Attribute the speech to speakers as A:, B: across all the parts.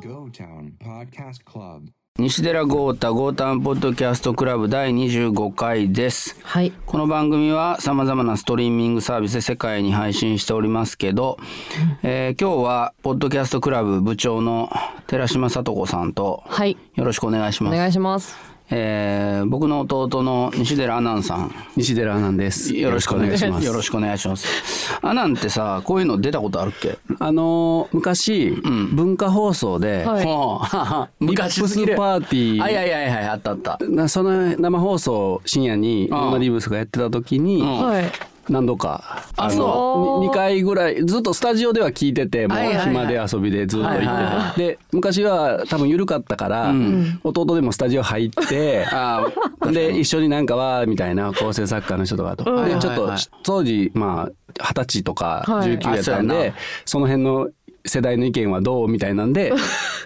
A: Go Town Podcast Club.
B: 西寺豪太豪太ポッドキャストクラブ第25回です。
C: はい。
B: この番組は様々なストリーミングサービスで世界に配信しておりますけど、えー今日はポッドキャストクラブ部長の寺島聡子さんと
C: はい。
B: よろしくお願いし
C: お
B: ます。
C: 願いします。
B: えー僕の弟の西寺アナンさん。
D: 西寺アナンです。
B: よろしくお願いします。よろ
D: しく
B: しくお願いします。アナンってさ、こういうの出たことあるっけ
D: お願いします。あのー昔、文化放送で、
C: はい
B: もう
D: リップスパーティー
B: はいはいはいはい、あったあった。
D: なその生放送深夜に
B: ああ
D: 女リブスがやってた時に、
B: うん
C: はい。
D: 何度か
B: あ
D: あ
C: そう
D: のに2回ぐらいずっとスタジオでは聞いててもう
B: はいはいはい
D: 暇で遊びでずっと行って、
B: はいはいは
D: で昔は多分緩かったから、弟でもスタジオ入って
B: あー
D: で一緒になんかはみたいな構成作家の人とかと、
B: ん
D: でちょっと、
B: はいはい
D: 当時まあ二十歳とか
C: はい
D: 19やったん
B: あそう
D: で、
B: やな
D: その辺の世代の意見はどうみたいなん で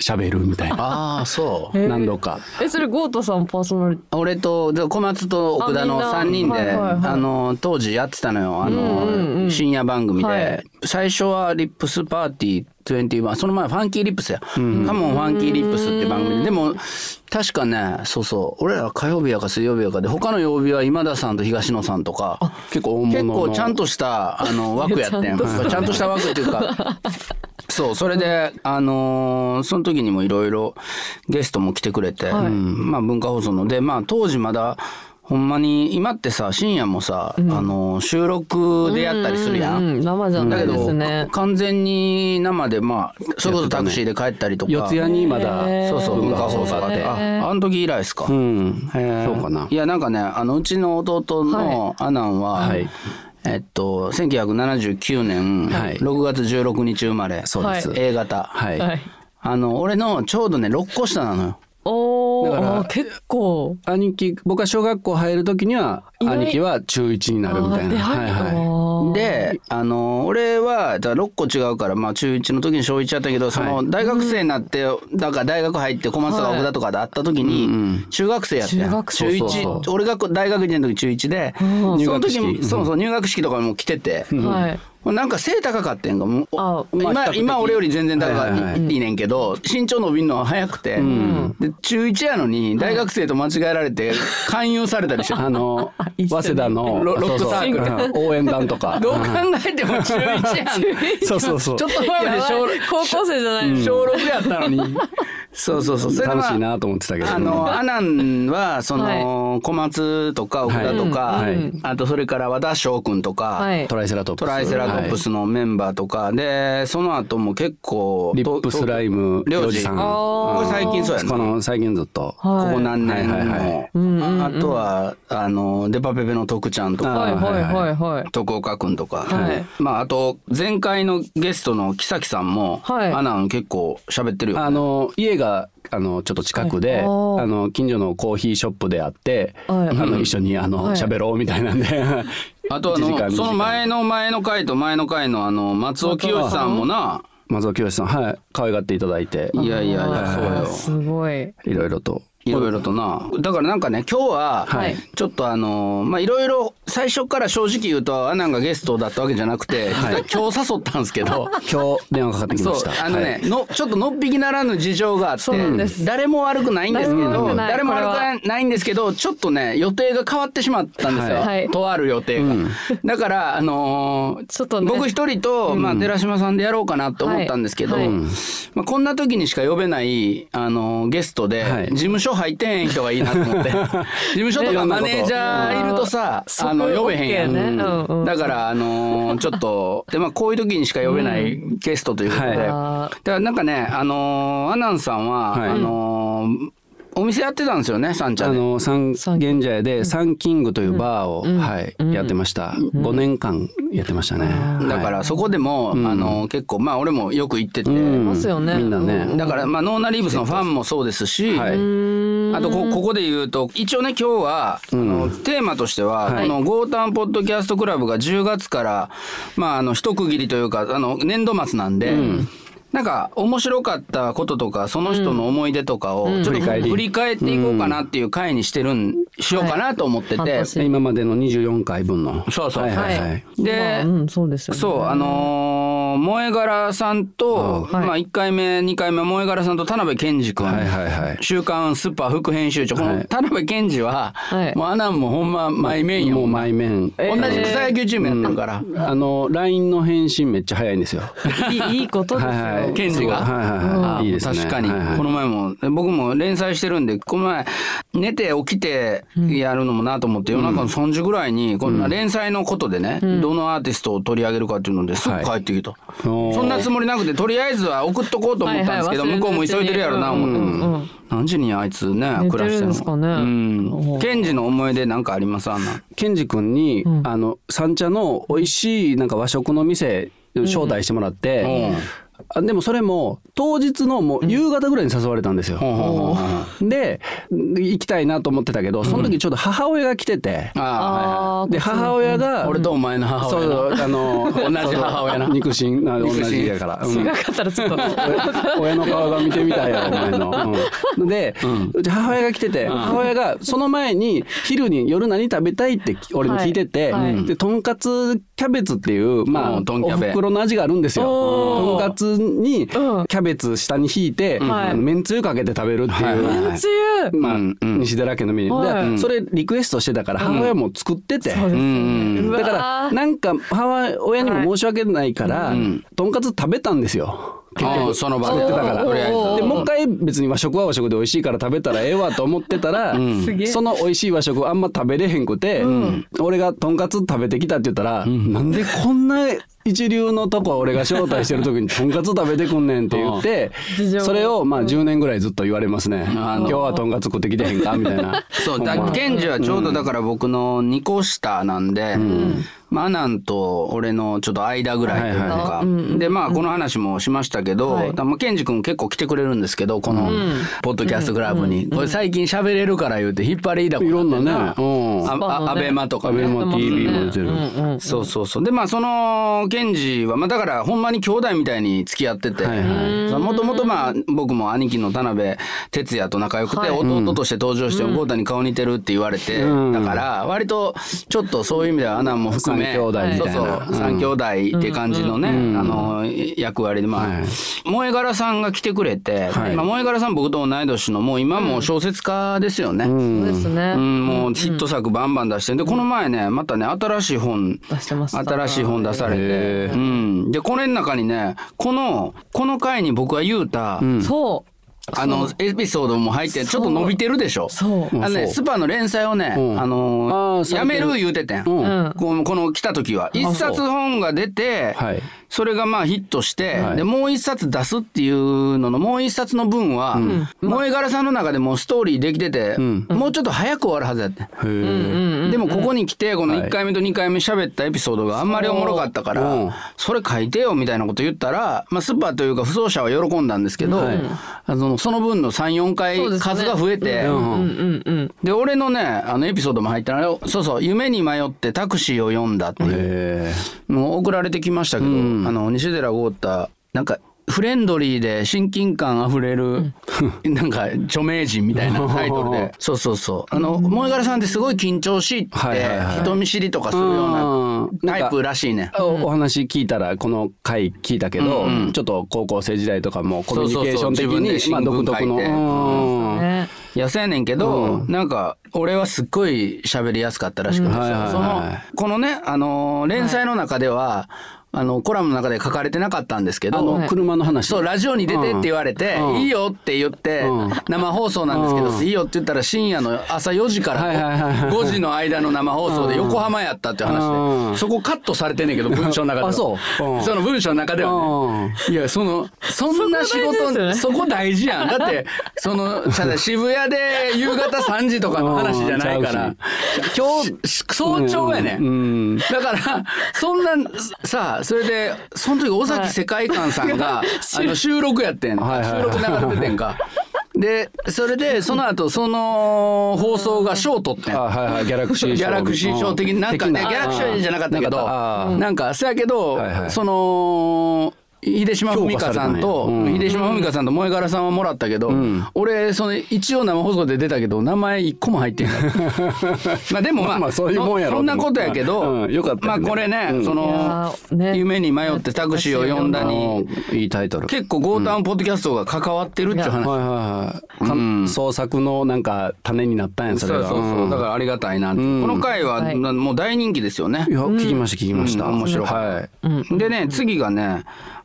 D: 喋るみたいな
B: ああそう
C: えー
D: 何度か。
C: え、それゴートさんパーソナリテ
B: 俺とで小松と奥田の
C: あ
B: 3
C: み
B: 人
C: ん
B: で
C: なはいはいはい
B: あの当時やってたのよあの、深夜番組で、
C: はい
B: 最初は「リップスパーティー21」その前は「ファンキーリップスや」カモンファンキーリップス」って番組ででも確かねそうそう俺ら火曜日やか水曜日やかで他の曜日は今田さんと東野さんとか
D: 結構大
B: 結
D: 物の
B: 構ちゃんとしたあの枠やってん
C: ち ゃんとした
B: ちゃんとした枠っていうかそうそれで、あのーその時にもいろいろゲストも来てくれて、
C: はい
B: うんまあ、文化放送ので、まあ、当時まだほんまに今ってさ深夜もさ、あのー収録でやったりする
C: ィ。
B: やん。
C: うん、生じゃ
B: だ
C: な
B: け
C: い
B: ど
C: ですね。
B: 完全に生でまあそれこそタクシーで帰ったりとか、
D: 四谷にまだ、
B: そうそう文化放送があってああの時以来ですか、
D: うん、
B: えー
D: そうかない
B: やなんかねあのうちの弟のアナンは、
D: はい
B: えっと1979年
D: はい
B: 6月16日生まれ、
D: そうです、
C: は
B: A 型、
D: はい、
C: はい。
B: あの俺のちょうどね6個下なのよ
C: お
D: だから
C: ー、あ結構。
D: 兄貴僕が小学校入る時にはい
C: ない
D: 兄貴は中1になるみたいな
C: あー出
D: はい
C: 会い
D: は
B: であの俺はだから6個違うから、まあ、中1の時に小1やったけどそ
D: は
B: の大学生になって、だから大学入って小松とか
C: はい
B: 奥田とかで会った時に、中学生やったやん
C: 中学生
B: 一
C: そうそう
B: 俺が大学1年の時中1で、
D: ん
B: その時
D: 入学式
B: もそうそう入学式とかも来てて。
C: あーはい。
B: なんか背高かってんかもう
C: あ
B: 今,、
D: まあ比較的
B: 今俺より全然高かっ
D: はい
B: た、
D: はい
B: いい、ねんけど身長伸びんのは早くて、で中1やのに大学生と間違えられて勧誘されたりして、
D: いあ の
C: 一緒
D: 早
C: に
D: 稲田の
B: ロロック
D: そうそう
B: サークル
D: うん応援団 とか
B: どう考えても中1やん
D: そうそうそう
B: ちょっと前まで小
C: やばい高校生じゃない。
B: 小6やったのにそうそうそうそれでまあ
D: 楽しいなと思ってたけど
B: あのアナンはその、小松とか奥田とか、
D: はいうんはい
B: あとそれから和田翔くんとか、
C: はい。
D: トライセラトップ
B: ト
D: ス
B: ライセラトップスのメンバーとか、でその後も結構
D: リップスライム
B: りょうじ
D: りょうじさん
B: あ
C: ー
B: これ最近そうや
D: こ
B: な、
D: の最近ずっと
C: はい
B: ここ何年も、
D: はいはいは
B: あとはあのデパペペの徳ちゃんと
C: は
B: か
C: いはいはいはい。
B: 徳岡くんとか、
C: はい
B: まああと前回のゲストの木崎さんも、
C: はい
B: アナン結構喋ってるよね
D: あの家があのちょっと近く
C: はい
D: で、
C: あー
D: あの近所のコーヒーショップであって、
C: はい
D: あの一緒にあの
C: はい
D: 喋、ろうみたいなんで
B: あとあの
D: 1時間2時間
B: その前の前の回と前の回のあの松尾清さんもな
D: 松尾清さんはい可愛がっていただいて
B: いやいやい
C: あ
B: やそう
C: ー
B: よ
C: すごい。
D: いろいろと
B: いろいろとなだからなんかね今日は
C: はい
B: ちょっとあのまあいろいろ最初から正直言うとアナンがゲストだったわけじゃなくて実は今日誘ったんですけど。
D: 今日電話かかってき
B: そ
D: ま
B: う
D: した
B: あのね、
D: はい
B: のちょっとのっぴきならぬ事情があって
C: そうなんです
B: 誰も悪くないんですけ
C: 誰も悪
B: ど
C: くない
B: 誰も悪
C: これは
B: くないんですけどちょっとね予定が変わってしまったんですよ、
C: はいはい
B: とある予定が、だからあのー
C: ちょっとね
B: 僕一人と、まあ、寺島さんでやろうかなと思ったんですけど、
C: はいはい
B: まあ、こんな時にしか呼べない、あのーゲストで、
D: はい
B: 事務所入ってへん人がいいなと思って 事務所とかマネージャーいるとさ
C: そこ
B: あの呼べへんやん、
C: OK ねうんうん
B: だからあのーちょっとでまあこういう時にしか呼べないゲストということで、
D: はい
B: だ
C: あ
B: からなんかねあのーアナンさんは、
D: はい
B: あのーお店やってたんですよねサンちゃ
D: あ
B: んで。
D: の三現在でサンキングというバーを、はい、やってました5年間やってましたね
B: だか
D: は
B: らそこでも、あのー結構まあ俺もよく行ってて、
D: い
C: ーますよね。
D: みんなね
C: う
B: だからまあノーナリーブスのファンもそうですし、
D: いはい
B: あとこここで言うと一応ね今日は、あのテーマとしては、
D: はい
B: このゴータンポッドキャストクラブが10月からまああの一区切りというかあの年度末なんで。なんか面白かったこととかその人の思い出とかをちょっと
D: 振り返り
B: 振り返っていこうかなっていう回にしてるんしようかなと思って
C: はい半
B: て
C: 年
D: で今までの24回分の
B: そうそう
D: はいはい
C: は
D: はいい
B: で
C: まあうん、そうですよね。
B: そうあのーの萌柄さんと、
C: はい
B: まあ1回目2回目萌柄さんと田辺健二君、
D: はいはいはい
B: 週刊スーパー副編集長こ
D: は
B: の
D: い
B: 田辺健二は、
C: はい
B: もうアナンもほんまマイメインや
D: も
B: も
D: うん
B: な
D: 前面
C: え
B: 同
C: ー
B: じ草野球チームやってるから、
D: あの LINE の返信めっちゃ早いんですよ。
C: いいいいことですよ。
D: はいはい
B: 検事が
D: そうはいはい
B: あ
D: はい。いいですね。
B: 確かに、
D: はいはい
B: この前も僕も連載してるんでこの前寝て起きてやるのもなと思って、夜中の3時ぐらいにこんな連載のことでね、どのアーティストを取り上げるかっていうのですぐ帰ってきた、
D: おー
B: そんなつもりなくてとりあえずは送っとこうと思ったんですけど、
C: はいはい
B: 向こうも急いでるやろな思って、
C: うんうんうん
B: 何時にあいつね
C: 寝て
B: 暮らして
C: るんですかね
B: うん
C: おー
B: ケンジの思い出なんかありますあんな
D: ケンジ君に、あの三茶の美味しいなんか和食の店招待してもらって、あでもそれも当日のもう夕方ぐらいに誘われたんですよ。で行きたいなと思ってたけどその時ちょうど母親が来てて、
B: あ
C: ああ、
D: で母親
B: あ、
D: が、
B: 俺とお前の母
D: そ
B: 親な
D: うあ の
B: 同じ母親な
D: 肉親な同
B: 肉親
D: じやから。うん
C: 違かったらちょっと。
D: 親の顔が見てみたいよお前の。うんで、うち母親が来てて、母親がその前に昼に夜何食べたいって俺に聞いてて、
C: はいはい
D: でとんかつキャベツっていうまあ
B: うんとんキ
D: お
B: ャベ
D: 袋の味があるんですよ。と
C: お
D: ん
C: ー
D: かつにキ
C: うん
D: ャベツ下に引いて、
C: ん
D: あのめんつゆかけて食べるっていう。
B: はい
C: めんつゆ。
D: まあ、
B: うんうん
D: 西だらけのメニュー、
C: はい
D: でそれリクエストしてたから母親も作ってて、
C: そうですよ
B: うん
C: ね。うわー
D: だからなんか母親にも申し訳ないから、とんかつ食べたんですよ結
B: あ
D: 局
B: ーその場
D: 作
B: で
D: ってたから
B: とりあえず
C: おー
D: でもう一回別に和食は和食で美味しいから食べたらええわと思ってたら、
C: すげえ
D: その美味しい和食あんま食べれへんくて、俺がとんかつ食べてきたって言ったら、なんでこんな一流のとこ俺が招待してる時にとんかつ食べてくんねんって言 って
C: 事情
D: それをまあ10年ぐらいずっと言われますね「今日はとんかつ食ってきてへんか?」みたい な。
B: そうだケンジはちょうどだから僕の2個下なんで、まあアナンと俺のちょっと間ぐらいというか、
D: はい
C: はいうん
B: でまあこの話もしましたけど、
C: はい
B: だまあケンジ君結構来てくれるんですけどこのポッドキャストクラブに、これ最近喋れるから言うて引っ張りだこ
D: いろんなね、うん、
B: ああアベマとか、
D: アベマ TV
C: うん
D: も出てる、
C: うんうん
B: そうそうそうでまあそのケンジは、まあ、だからほんまに兄弟みたいに付き合ってて
D: はいは
B: もともとまあ僕も兄貴の田辺哲也と仲良くて、
C: はい
B: 弟として登場して豪太に顔似てるって言われて、
D: うん
B: だから割とちょっとそういう意味ではアナンも含め
D: 三兄弟みたいな
B: そうそう
D: うん
B: 三兄弟って感じのね、あの役割でまあ、
D: はい
B: 萌え柄さんが来てくれて、
D: はい
B: まあ、萌え柄さん僕と同い年のもう今もう小説家ですよね。
C: そうですね。
B: うん、もうヒット作バンバン出してでこの前ねまたね新しい本
C: 出してます。
B: 新しい本出されて
D: へ、ー
B: うん、でこれの中にねこのこの回に僕が言うた、
C: そう。
B: あのエピソードも入ってちょっと伸びてるでしょ
C: そう
B: あのね
D: そう
B: スパの連載をね、
D: うん
B: あの
D: あー
B: ー
D: さ
B: や
D: れて
B: め
D: る
B: る言うててん、
D: うん
C: うん。
B: このこの来た時は一冊本が出て
D: はい
B: それがまあヒットして、
D: はい
B: でもう一冊出すっていうののもう一冊の分は、萌え柄さんの中でもうストーリーできてて、
D: ん
B: もうちょっと早く終わるはずやってん
D: へー
B: でもここに来てこの
D: は
B: 1
D: い
B: 回目と2回目喋ったエピソードがあんまりおもろかったか
D: そうう
B: ら
D: ん
B: それ書いてよみたいなこと言ったらまあスーパーというか不走者は喜んだんですけど
D: はい
B: あのその分の34回
C: そうですね
B: 数が増えて
D: うん
C: うんうん。
B: で俺のねあのエピソードも入ってないそうそう「夢に迷ってタクシーを呼んだ」っていう
D: へ
B: のを送られてきましたけどあの西寺豪太なんかフレンドリーで親近感あふれ る、なんか著名人みたいなタイトルで そうそうそうあの萌柄さんってすごい緊張しいって
D: はいはいはい
B: 人見知りとかするよ
D: うん
B: うなタイプらしいね。
D: ーおお話聞いたらこの回聞いたけど、ちょっと高校生時代とかもコミュニケーシ
B: そうそうそう
D: ョン的
B: 自分で新
D: に
B: 聞
D: まあ独特の
B: 書いて
D: うん
C: ね。
B: いやそうやねんけど、なんか俺はすっごい喋りやすかったらしくて、
D: うんはいはいはい
B: そのこのね、あのー連載の中では、あのコラムの中で書かれてなかったんですけど
D: あの車の話
B: そうラジオに出てって言われて
D: うん
B: 「いいよ」って言って
D: うん
B: 生放送なんですけど
D: う
B: 「いいよ」って言ったら深夜の朝4時か
D: はいはいはいは
B: ら
D: い
B: 5時の間の生放送で横浜やったっていう話
D: う
B: で
D: ん
B: そこカットされてんねんけど文章の中では
D: あそううん
B: その文章の中ではねいやそのそんな仕
C: そこ大事ですよ
B: 事
C: ね
B: そこ大事やんだってそのただ渋谷で夕方3時とかの話じゃないか
D: う
B: ら
D: ん
B: 今日早朝やね
D: うんん
B: だからそんなさあそれでその時尾崎世界観さんが、あの収録やってん、
D: はいはいはい
B: 収録流れててんか。でそれでその後その放送が賞取ってん
D: あはいはいギャラクシー賞
B: ギャラクシー賞的になんかねギャラクシー賞じゃなかったけど
D: あー
B: なんかそやけど、
D: はいはい
B: その秀島文香さんと、
D: 評価されたんやうん
B: 秀島文香さんと萌柄さんはもらったけど、
D: ん
B: 俺その一応生放送で出たけど名前一個も入って ないまあでもまあ,そ、
D: まあそういうもんやろ
B: そんなことやけど、
D: うんよかった
B: ま
D: よ
B: あ
D: ね
B: これね、
D: うん
B: そ
C: い
B: の
C: や、ーね
B: 夢に迷ってタクシーを呼んだに
D: あーいいタイトル。
B: 結構ゴータンポッドキャストが関わってるっていう話、
D: はいはいはいかん。創作のなんか種になったんやそ
B: そ
D: れ
B: う
D: が。
B: そうそう、だからありがたいなって、この回は、
C: はい
B: なもう大人気ですよね
D: いや聞きました聞きました。
B: うん面白かった
D: はい。
B: でね次がね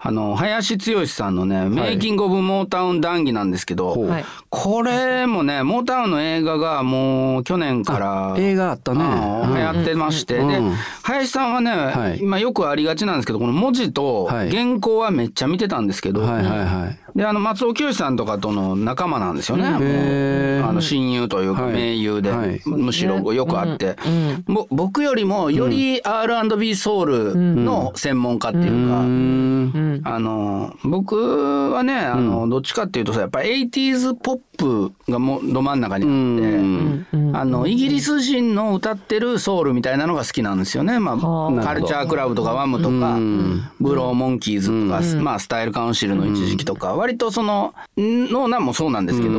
B: あの林剛さんのね「メイキング・オブ・モータウン談義」なんですけど、
D: ほう
C: はい
B: これもねモータウンの映画がもう去年から
D: 映画あったね。
B: あの
D: うん
B: 流行ってまして、
D: うん
B: で
D: うん
B: 林さんはね、
D: はい
B: 今よくありがちなんですけどこの文字と
D: はい
B: 原稿はめっちゃ見てたんですけど、
D: はいはいはい。
B: であの松尾清さんとかとの仲間なんですよね、もう
D: へー
B: あの親友というか
D: はい
B: 盟友で、
D: はい
B: むしろよくあって、
C: うん
B: も僕よりもより R&B ソウルの専門家っていうか。
D: うん
C: うん
B: あの僕はねあの、どっちかっていうとさやっぱ 80s ポップがもうど真ん中にあって、あのイギリス人の歌ってるソウルみたいなのが好きなんですよね、ま
C: は
B: あ、
D: あ
B: カルチャークラブとかワムとかブローモンキーズとか、まあ、スタイルカウンシルの一時期とか、割とそのノーナンもそうなんですけど、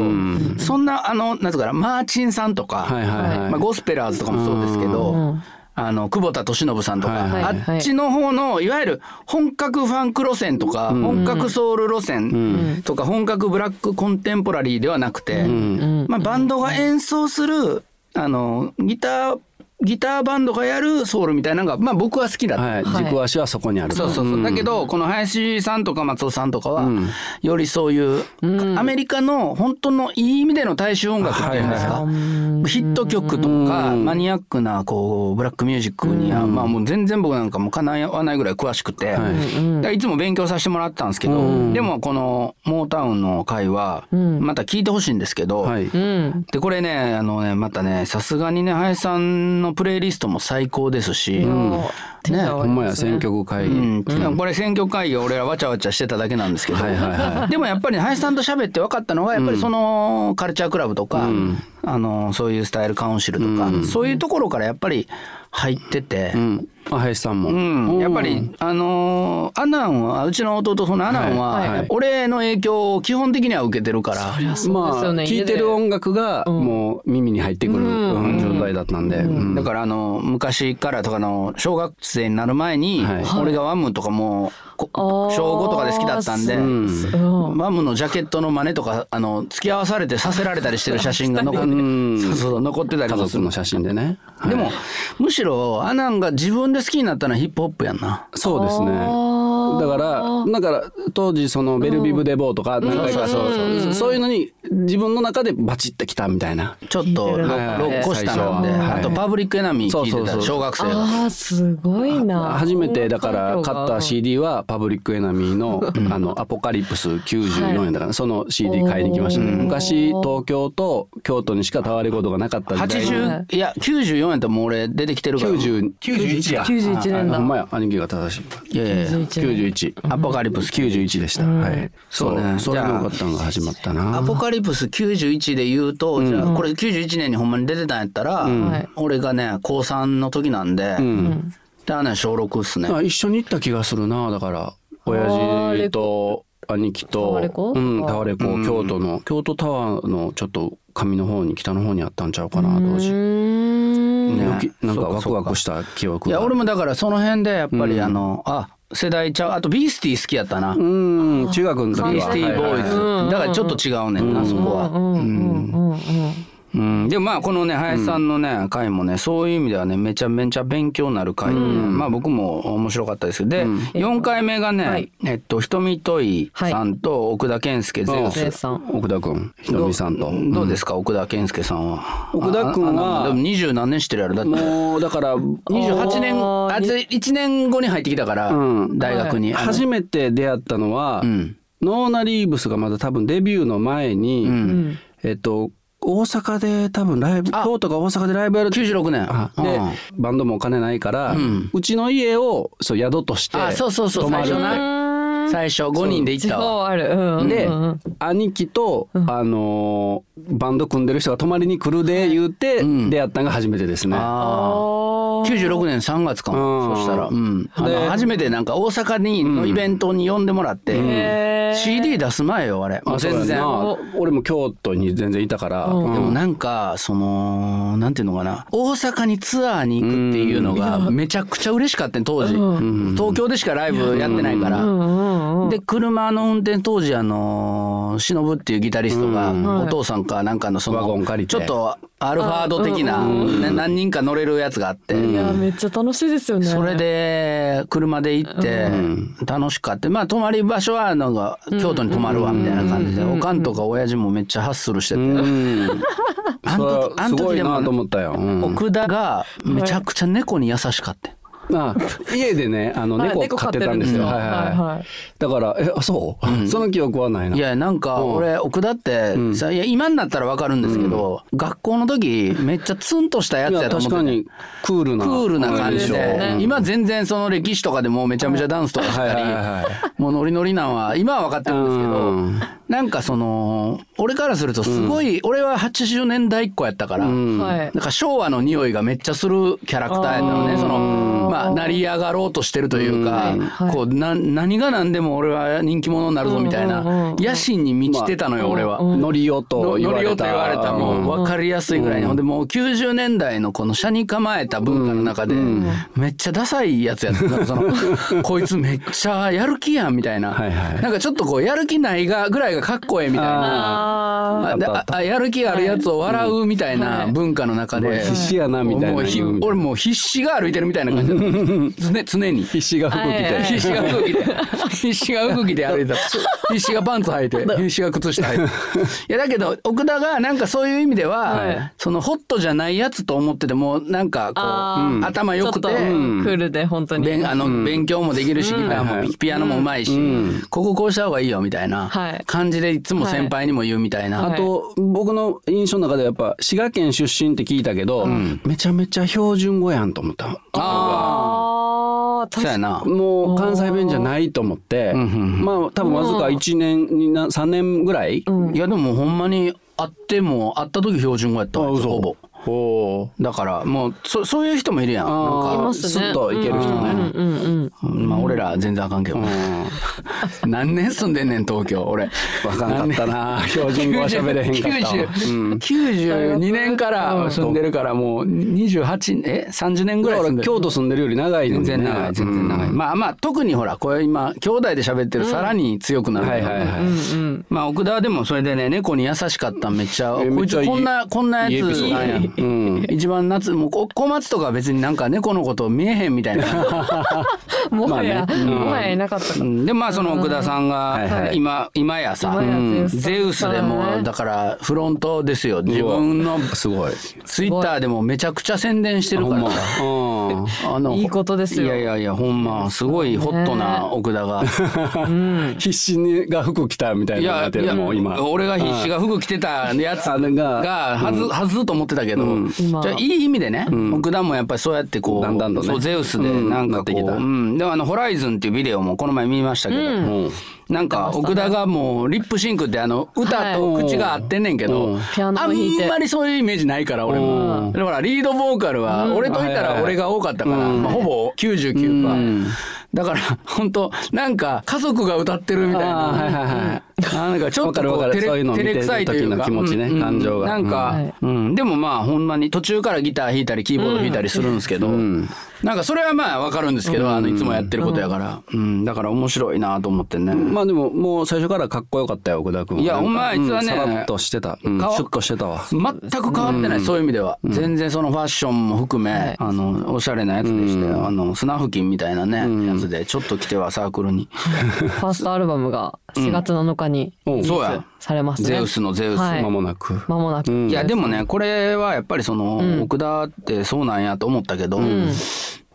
B: そんなあのなんつうかなマーチンさんとか、
D: はいはいはい
B: まあ、ゴスペラーズとかもそうですけど。あの久保田利伸さんとか、
D: はい
C: はい
B: あっちの方のいわゆる本格ファンク路線とか、本格ソウル路線とか、本格ブラックコンテンポラリーではなくて、まあ、バンドが演奏するあのギターギターバンドがやるソウルみたいなのが、まあ、僕は好きだった。
D: はい。軸足はそこにある。
B: そうそうそう、だけどこの林さんとか松尾さんとかは、よりそういう、アメリカの本当のいい意味での大衆音楽っていうんですか、ヒット曲とか、マニアックなこうブラックミュージックには、まあもう全然僕なんかもうかなわないぐらい詳しくて、だからいつも勉強させてもらってたんですけど、でもこのモータウンの回はまた聞いてほしいんですけど、
D: はい。
C: うん
B: でこれねあのねまたねさすがにね林さんのプレイリストも最高ですし。ね
D: ほんまや選挙区会議。
B: うん、これ選挙会議俺らわちゃわちゃしてただけなんですけど、
D: はいはいは
B: でもやっぱり林さんと喋って分かったのはやっぱりそのカルチャークラブとか、あのそういうスタイルカウンシルとか、そういうところからやっぱり入ってて。う
D: うんん。あ林さんも。
B: やっぱりあのーアナンはうちの弟そのアナン
D: はいは
B: はい俺の影響を基本的には受けてるから、
C: そうですよね
D: まあ聞いてる音楽がもう耳に入ってくるうん状態だったんで。うん
B: だからあの昔からとかの小学生になる前に、
D: はい
B: 俺がワムとかもこ
C: あー
B: 小5とかで好きだったんで、
C: うん
B: マムのジャケットの真似とかあの付き合わされてさせられたりしてる写真が残っ
D: ん
B: そうそうそう残ってたり
D: 家
B: もす
D: 族
B: る
D: の写真でね。
B: でもむしろアナンが自分で好きになったのはヒップホップやんな。
D: そうですね。だから、だから当時そのベルビブデボーとか何回かそうそうそういうのに自分の中でバチってきたみたいな。
B: ちょっと
C: 聞い
B: ロ
C: てる
D: はいはい
B: ックしたなんで、
D: 最初は
B: あと
D: はい
B: パブリックエナミー聞いてた
D: そうそうそう
B: 小学生が
C: あーすごいな
D: 初めてだから買った CD はパブリックエナミーの「あのアポカリプス94円」だからその CD 買いに来ましたね昔東京と京都にしかタワレコとがなかった時代
B: 80いや94円ともう俺出てきてるから
D: 90
B: 91や
C: 91年
D: ほ
C: だ
D: んまや兄貴が正しい
B: いやいやいや
D: 91
B: アポカリプス
D: 91でした、はい
B: そうね
D: それ
B: じ
D: が
B: ゃあ
D: 良かったのが始まった
B: ア
D: な
B: ポカリプス91で言うと、じゃあこれ91年にほんまに出てたんやったら、
C: はい
B: 俺がね高3の時なんで、であのね小6っすね。
D: あ一緒に行った気がするなだから親父と兄貴と
C: タワレコ
D: うんタワレコ京都の京都タワーのちょっと上の方に北の方にあったんちゃうかな当時
C: うーん
D: ね
B: ね
D: なんかワクワクした記憶
B: い
D: が
B: や俺もだからその辺でやっぱり、あのあ世代ちゃうあとビースティー好きやったな、
D: う
B: ビ
D: ん中学の時は
B: ースティーボーイズ、
D: はいはい
B: だからちょっと違うねんな、そこは。
C: うんうんうん
B: うん、でもまあこのね林さんのね、回もねそういう意味ではねめちゃめちゃ勉強になる回でね、まあ僕も面白かったですけどで、4回目がね、
C: はい
B: えっと瞳戸井さんと奥田健介ゼウス
C: ゼウスさん
D: 奥田君ひとみさんと
B: どうですか、奥田健介さんは。
D: 奥田君は
B: あああでも二十何年してるやろ、だって。
D: もうだから
B: 二十八年、
C: あー
B: あ、つ一年後に入ってきたから、
D: うん
B: 大学に。あの
D: 初めて出会ったのは、
B: うん。
D: ノーナ・リーブスがまだ多分デビューの前に、
B: うん
D: えっと大阪で多分ライブ京都か大阪でライブやる
B: 九十六年。
D: あ
B: う
D: で
B: ん
D: バンドもお金ないから、うちの家をそう宿として
B: あ、そうそうそう、
D: 泊ま
B: 最
D: る
B: 初な。
C: ん
B: 最初5人で行ったわ
C: 超ある。うん
D: で、
C: うんうん
D: 兄貴と、あのーバンド組んでる人が泊まりに来るで言って、
B: うん
D: 出会ったんが初めてですね。
B: ああ
C: あー
B: 96年3月かも、
D: うん
B: そしたら、うん、あ
D: で
B: の初めてなんか大阪にのイベントに呼んでもらって、
C: へー
B: CD 出す前よあれもう全
D: そうや
B: 然
D: な俺も京都に全然いたから、
C: うん
B: でもなんかそのなんていうのかな大阪にツアーに行くっていうのがめちゃくちゃ嬉しかったね当時、
C: う
B: 東京でしかライブやってないから、
C: うんうんうん
B: で車の運転当時あの忍っていうギタリストが、
C: はい
B: お父さんかなんかのその
D: ワゴン借りて
B: ちょっとアルファード的な、ね何人か乗れるやつがあって、
C: いやめっちゃ楽しいですよね。
B: それで車で行って楽しかったまあ泊まり場所はなんか京都に泊まるわみたいな感じでおかんとか親父もめっちゃハッスルしてて、
D: うん、
B: あの時あの
D: すご
B: 時
D: い
B: でも
D: なと思ったよ。うん
B: 奥田がめちゃくちゃ猫に優しかった。
D: まあ家でねあの
C: はい
D: 猫飼ってたんですよ。
C: 猫飼
D: はい
C: ってるんですよはい
D: はいは
C: はい
D: い。だからえあそう、その記憶はないな。
B: いやなんか俺奥田ってさいや今になったらわかるんですけど学校の時めっちゃツンとしたや
D: い
B: つ
D: や
B: やと思
D: 確か
B: ってて
D: にクールな
B: クールな感じ
C: そうです
B: で
C: ね
B: 今全然その歴史とかでもうめちゃめちゃダンスとかし
D: はい
B: た
D: はい
B: り
D: は
B: もうノリノリなんは今は分かってるんですけど、
D: うん
B: なんかその俺からするとすごい、俺は80年代っ子やったから、
D: い。うん
C: はい
B: なんか昭和の匂いがめっちゃするキャラクターやったのね
C: あー
B: そのまあ成り上がろうとしてるというか、
D: うん
C: はい
B: こうな何が何でも俺は人気者になるぞみたいな、
C: うんうんうん
B: 野心に満ちてたのよ、俺は。
D: ノリよと
B: の
D: 言わ
B: ノリ
D: れ
B: オと
D: た。
B: 言われたもう分かりやすいぐらいの、ほんでもう90年代のこの車に構えた文化の中でめっちゃダサいやつやったなんかそ のこいつめっちゃやる気やんみたいな、
D: はいはい
B: なんかちょっとこうやる気ないがぐらいがかっこええみたいな。
C: あ
B: あでああやる気あるやつを笑うみたいな文化の中で、
D: もう必死やなみたいな
B: もうひ俺もう必死が歩いてるみたいな感じだった常常に
D: 必死が服着
C: はい
D: て。
B: 必死が服着て必死が服着て歩いてた必死がパンツ履いて必死が靴下履いていやだけど奥田がなんかそういう意味では、
C: はい
B: そのホットじゃないやつと思っててもなんかこ
C: あ
B: う、
C: ー
B: うん頭
C: ーち
B: 良
C: ょっ
B: く
C: と
B: て
C: ク。ールで本当に。
B: 勉あの勉強もできるし、ギター
D: はい
B: も
D: はい
B: ピピアノもうまいし、こここうした方がいいよみたいな
C: はい
B: 感じでいつも先輩にも言うみたいな、
D: あと僕の印象の中ではやっぱ滋賀県出身って聞いたけど、めちゃめちゃ標準語やんと思った。
C: ああ
B: そうやな。
D: もう関西弁じゃないと思って、まあ多分わずか1年にな3年ぐらい、
B: いやでももうほんまに会っても会った時標準語やったわ
D: あ嘘
B: ほぼだからもうそそういう人もいるやんなん
D: あ
B: か
D: ー
C: いますね
D: スッといける人ね、
C: うんうんうん。
B: うんまあ俺ら全然あかんけど、 何年住んでんねん東京俺
D: わかんかったな標準語は喋れへんかったわ
B: 90 92年から住んでるからもう28え30年ぐらい住ん
D: だから
B: でる
D: 京都住んでるより長いの
B: 全
D: にね
B: 然長い全然長い、まあまあ特にほらこれ今兄弟で喋ってるさらに強くなる
D: は
B: け
D: い
B: ど、
D: はいはい、
B: まあ奥田はでもそれでね猫に優しかったんめっちゃ
D: え
B: こ
D: め
B: い
D: っちゃ
B: つ
D: いい
B: こんなこんなやつなんや
D: うん
B: 一番夏もうこ小松とか別になんか猫のこと見えへんみたい な、
C: もは
D: ま
C: や
D: あねうん
C: もはやいなかったか
B: う
C: ら。
B: んでまあその奥田さん
D: はい
B: が
D: はい
B: 今今やさ
C: 今や
B: うんゼ
C: ゼ
B: ウ
C: ウ
B: ス
C: ス
B: で
C: だね
B: もだからフロントですよ自分の
D: すごい
B: ツイッターでもめちゃくちゃ宣伝してる
D: ほ
B: か
D: んま
B: ら。
D: うん
B: あの
C: いいことです
B: い
C: よ
B: やいやいやほんますごいホットな奥田が、
D: 必死にが服着たみたい
B: い
D: にな
B: や
D: って
B: い
D: る
B: や
D: もう今
B: 俺が必死が服着てたやつ
D: あのが
B: がはず、はずと思ってたけど、じゃあいい意味でね、奥田もやっぱりそうやってこう
D: だんだんとね
B: そうゼウスでなんかこう、
D: うんなってきた
B: うんでもあの「ホライズンっていうビデオもこの前見ましたけど、なんか奥田がもうリップシンクってあの歌と口が合ってんねんけど、
D: うん
C: ピアノ
B: あ
C: も弾いて
B: んまりそういうイメージないから俺も、だからリードボーカルは俺といたら俺が多かったから、まあ、ほぼ99%、だから本当なんか家族が歌ってるみたいな、
D: あーはいはいはい
B: なんかちょっとこ
D: わかるわかる
B: う照
D: そういうのを
B: れ照
D: 見
B: れ
D: てる
B: くさいというか
D: 時の気持ちね
B: うんうん
D: 感情が
B: なんか、
C: はい
B: うん、でもまあほんまに途中からギター弾いたりキーボード弾いたりするんですけど、なんかそれはまあわかるんですけど、あのいつもやってることやから、うんだから面白いなと思ってね、
D: まあでももう最初からかっこよかったよ奥田君
B: いや
D: なんか
B: ほんまあいつはね
D: うんさらっとしてた、うん、シ
B: 顔
D: ュッとしてたわ
B: 全く変わってない、そういう意味では、全然そのファッションも含め、
C: はい
B: あのおしゃれなやつでして、あの砂付近みたいなね、やつでちょっと来てはサークルに、
C: ファーストアルバムが4月7日に
D: うん
C: リリ
B: そう
C: ー
B: や
C: スされますね。
B: ゼウスのゼウス、
C: はい
D: 間もなく、
C: 間もなく。
B: いやでもねこれはやっぱりその、奥田ってそうなんやと思ったけど、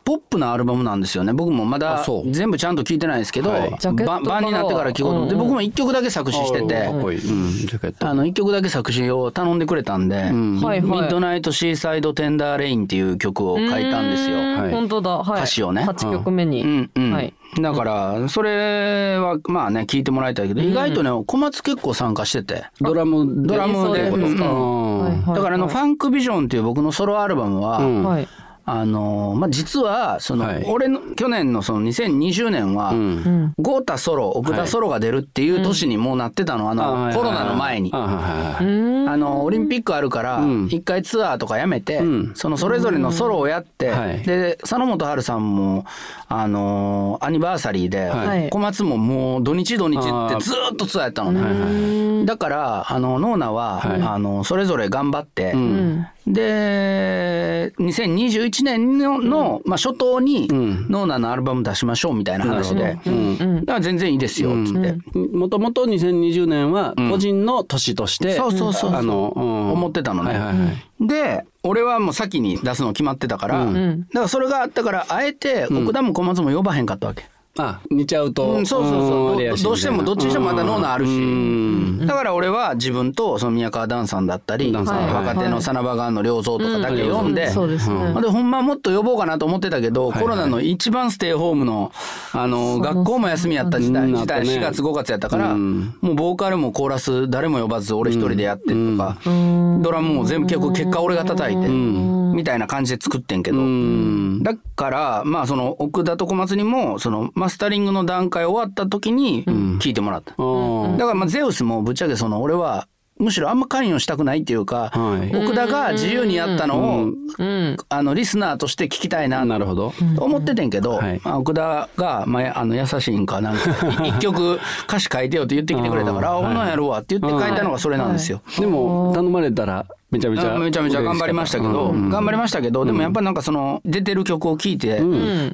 B: ポップなアルバムなんですよね僕もまだ
D: あそう
B: 全部ちゃんと聞いてないですけど、
D: はい
C: ジャケット
B: ば
C: から
B: 版になってから聞こうと思って、
C: うんうん
B: 僕も1曲だけ作詞してて
D: かっこいい、うん、ジャケット
B: あの1曲だけ作詞を頼んでくれたんで「
C: はいはい
B: ミッドナイト・シーサイド・テンダー・レイン」っていう曲を書いたんですよ。
C: うーん
D: はい
C: 本当だ。はい。
B: 歌詞をね
C: 八曲目に。
B: うんうん
C: はい。
B: だからそれはまあね聞いてもらいたいけど意外とね小松結構参加してて
D: ドラム
B: ドラムで
C: 演奏
B: うんうん
C: か
D: うん
C: はいはいはい
B: だからあの「ファンクビジョン」っていう僕のソロアルバムは、
D: うん
C: はい。
B: あのまあ、実はその、
D: はい
B: 俺の去年のその2020年は、
D: うん
C: うん。
B: ゴータソロ奥田ソロが出るっていう年にもうなってたのあの、コロナの前に。
D: あはいはいは
C: う
D: い
C: ーん。
B: あのオリンピックあるから
D: うん
B: 一回ツアーとかやめて、
D: うん
B: そのそれぞれのソロをやって、
D: うんはい
B: で佐野元春さんも、あのーアニバーサリーで、
C: はい
B: 小松ももう土日土日ってずーっとツアーやったのね、だからあのノーナは、
D: はい
B: あのそれぞれ頑張って、
D: ん
C: うん。
B: で2021年ののまあ、初頭に、
D: ん
B: ノーナのアルバム出しましょうみたいな話で、
C: うんうん
B: だ。から全然いいですよっつって、
D: もともと2020年は個人の年として、
B: そうそうそうそう
D: あの、うん
B: 思ってたのね。
D: はいはいはい
B: で俺はもう先に出すの決まってたから、
D: うん
B: だからそれがあったからあえて奥田も小松も呼ばへんかったわけ、
D: あ似ちゃうと、
B: うんそうそうそう、
D: ん
B: ど
D: レア
B: ど
D: や
B: うしてもどっちにしてもまだノーナあるし、
D: うん
B: だから俺は自分とその宮川ダンさんだったり、
D: ダンさん
B: 若手のサナバガンの良造とかだけ呼んで、
C: そうですね。
B: でほんまはもっと呼ぼうかなと思ってたけど、コロナの一番ステイホームのあの学校も休みやった時代
D: うん
B: 時代
D: なったね
B: 4月5月やったから、
D: うん
B: もうボーカルもコーラス誰も呼ばず俺一人でやってとか、ドラムも全部結構結果俺が叩いて、みたいな感じで作ってんけど、
D: うん
B: だからまあその奥田と小松にもそのマスタリングの段階終わった時に聞いてもらった。
D: うん
B: だからまあゼウスもぶっちゃけその俺はむしろあんま関与したくないっていうか、
D: はい
B: 奥田が自由にやったのを、
C: うん。
B: あのリスナーとして聞きたいな
D: なるほど、
B: と思っててんけど、
D: はい
B: まあ、奥田が、まあ、あの優しいんかなんか一曲歌詞書いてよって言ってきてくれたから「あこんなんやろうわ」って言って書いたのがそれなんですよ。
D: でも頼まれたらめちゃめちゃ
B: めちゃめちゃ頑張りましたけど、頑張りましたけど、でもやっぱなんかその出てる曲を聴いて、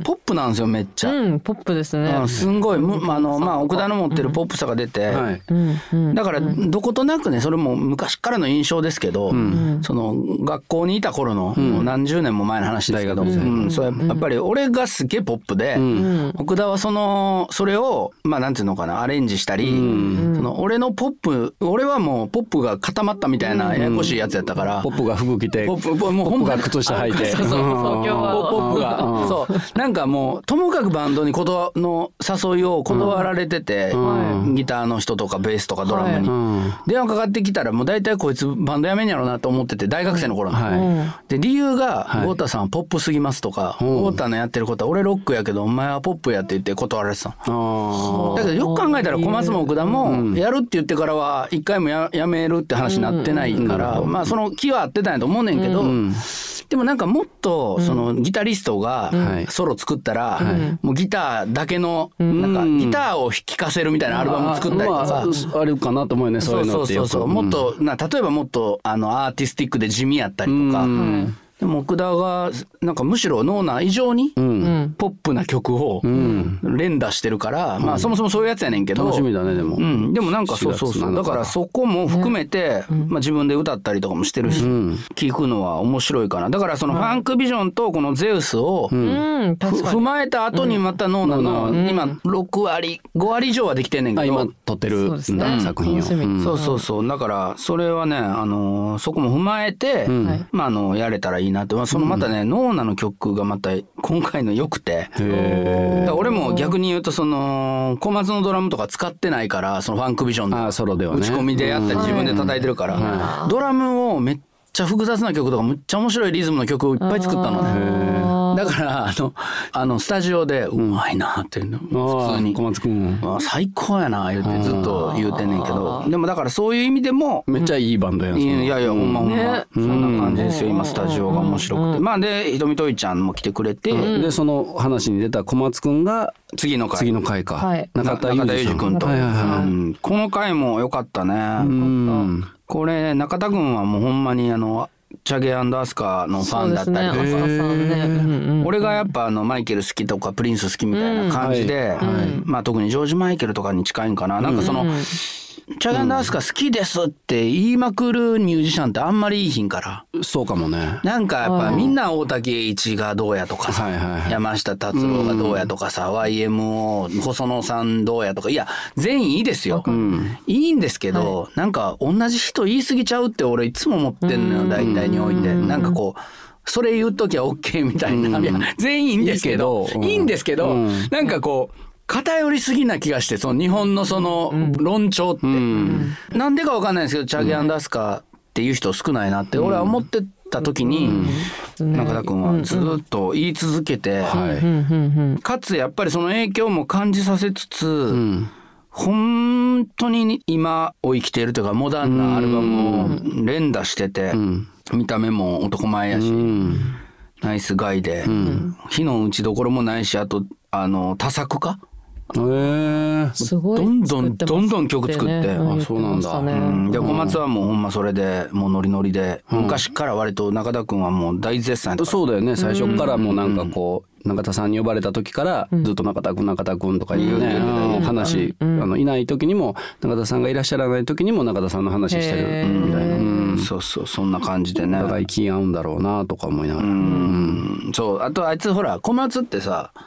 B: ポップなんですよめっちゃ。
C: うん。ポップですね
B: う。んすんごい、むまああのまあ、奥田の持ってるポップさが出て、
D: はい
C: うん。うん。
B: だからどことなくねそれも昔からの印象ですけど、その学校にいた頃の、もう何十年も前の話ですけど、うんそうやっぱり俺がすげえポップで、奥田はそのそれをまあなんていうのかなアレンジしたり、その俺のポップ俺はもうポップが固まったみたいなややこしいやつやったから。
D: ポップが服着て
B: ポップポップもうほんま
D: ポップが靴下履いて
B: あそうそうそう
C: そう今日は
B: ポップがそうなんかもうともかくバンドにことの誘いを断られてて、ギターの人とかベースとかドラムに、
D: うん
B: 電話かかってきたらもう大体こいつバンドやめんやろなと思ってて大学生の頃に、
D: は
B: で理由が「
D: はい
B: ゴータさんポップすぎます」とか「
D: うん
B: ゴータのやってることは俺ロックやけどお前はポップや」って言って断られてたの
D: あ
B: だけどよく考えたら小松も奥田もやるって言ってからは一回もややめるって話になってないから、まあその気は合ってたんやと思うねんけど、でもなんかもっとそのギタリストが
D: うん
B: ソロ作ったら、
D: はい
B: もうギターだけのなんかギターを弾かせるみたいなアルバム作ったりとか。
D: あまあ、あるかなと思うよねそういうのってよく
B: そうそうそうそうもっとな例えばもっとあのアーティスティックで地味やったりとか、
D: うん
B: でも奥田がなんかむしろノーナ以上に
C: ん
B: ポップな曲を連打してるから、まあそもそもそういうやつやねんけど
D: 楽しみだねでも、
B: うん、でもなんかそう
D: 4
B: そう
D: 月
B: そ
D: な
B: う
D: の
B: だ
D: か
B: からそこも含めて、まあ、自分で歌ったりとかもしてるし、聞くのは面白いかなだからそのファンクビジョンとこのゼウスを、
C: うん。
B: ふ
C: 確か
B: 踏
C: に。
B: まえた後にまたノーナの、今6割5割以上はできてんねんけ
D: あ
B: ど
D: 今撮ってる
C: そうんですね
D: だ、
C: うん
D: 作品を
C: 楽しみ
D: うん
B: そうそうそうだからそれはね、あのーそこも踏まえて、
C: はい
B: まあ、あのやれたらいいなって、まあ、そのまたね、ノーナの曲がまた 今回の良くて。だから俺も逆に言うとその小松のドラムとか使ってないからそのファンクビジョンで
D: あソロでは
B: 打
D: ね
B: ち込みでやったり自分で叩いてるから、ドラムをめっちゃ複雑な曲とかむっちゃ面白いリズムの曲をいっぱい作ったのねだからあのあのスタジオでうまいなっていうの
D: あ
B: 普通
D: ー
B: に
D: 小松君
B: あ最高やな言ってずっと言うてんねんけどでもだからそういう意味でも
D: めっちゃいいバンドやん
B: い
D: その
B: やいやいやほんまほんま、
C: ね
B: そんな感じですよ今スタジオが面白くてまあでひとみといちゃんも来てくれて、
D: でその話に出た小松君が
B: 次の回
D: 次の回か、
C: はい
D: 中田裕二さん
B: 君と、
D: はいはいはい
B: うんこの回も良かったね、
D: うん
B: これ中田君はもうほんまにあのチャゲアスカのファンだったりと
C: そう
B: か、
C: ですね浅田さんねうんうん
B: 俺がやっぱあのマイケル好きとかプリンス好きみたいな感じで、
D: うんはいはい
B: まあ、特にジョージ・マイケルとかに近いんかななんかその、チャガンダースカ好きですって言いまくるミュージシャンってあんまりいいひんから。
D: そうかもね。
B: なんかやっぱ
C: うん
B: みんな大竹栄一がどうやとかさ、
D: はいはいはい
B: 山下達郎がどうやとかさ、YMO 細野さんどうやとかいや全員いいですよ、いいんですけど、なんか同じ人言い過ぎちゃうって俺いつも思ってんのよ大体において、なんかこうそれ言っときゃ OK みたいな、いや全員いいんですけどい
D: いい
B: い
D: けどうん
B: んですけど、
D: うん
B: なんかこう偏りすぎな気がしてその日本のその論調って。
D: うん。
B: なんでかわかんないですけどチャゲアンダスカっていう人少ないなって俺は思ってた時に中田君はずっと言い続けて、
D: はい。
C: うんうん
B: かつやっぱりその影響も感じさせつつ、
D: うん。
B: 本当に今を生きているというかモダンなアルバムを連打してて、
D: ん
B: 見た目も男前やし、
D: うん。
B: ナイスガイで、火の打ちどころもないしあとあの多作家
D: えー
C: うん。すごい
B: どんどん
C: 作ってます
B: どんどん曲作って
C: ね
B: あ
D: そうな
C: 言ってま
D: んだ
C: したね
B: うんで小松はもうほんまそれでもうノリノリで、昔から割と中田君はもう大絶賛やった
D: そうだよね最初からもうなんかこう中田さんに呼ばれた時からずっと中田君中田君とかいうね
B: うん
D: あの話あのいない時にも中田さんがいらっしゃらない時にも中田さんの話して
C: へ
D: る
C: ー
D: みたいな
B: うんそうそうそんな感じでね
D: だから気合うんだろうなとか思いながら
B: うんそうあとあいつほら小松ってさ、こ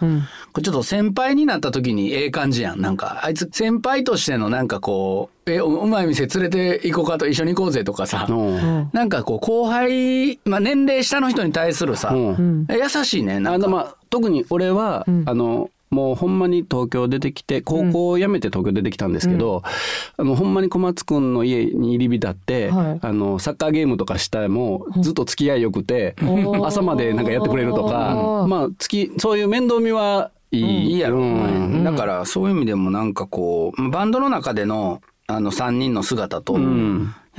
B: れちょっと先輩になった時にええ感じやんなんかあいつ先輩としてのなんかこう「えおうまい店連れて行こうか」と「一緒に行こうぜ」とかさ、
D: うん
B: なんかこう後輩、まあ、年齢下の人に対するさ、
D: うん
B: 優しいねな
D: あ
B: ん
D: の
B: か
D: まあ特に俺はあのもうほんまに東京出てきて高校を辞めて東京出てきたんですけど、あのほんまに小松くんの家に入り浸って、
C: はい
D: あのサッカーゲームとかしたもずっと付き合いよくて、
C: おー
D: 朝までなんかやってくれるとか
C: おー
D: まあ月そういう面倒見はい
B: い
D: い、
B: いやろ、
D: うん
B: だからそういう意味でもなんかこうバンドの中でのあの3人の姿と、や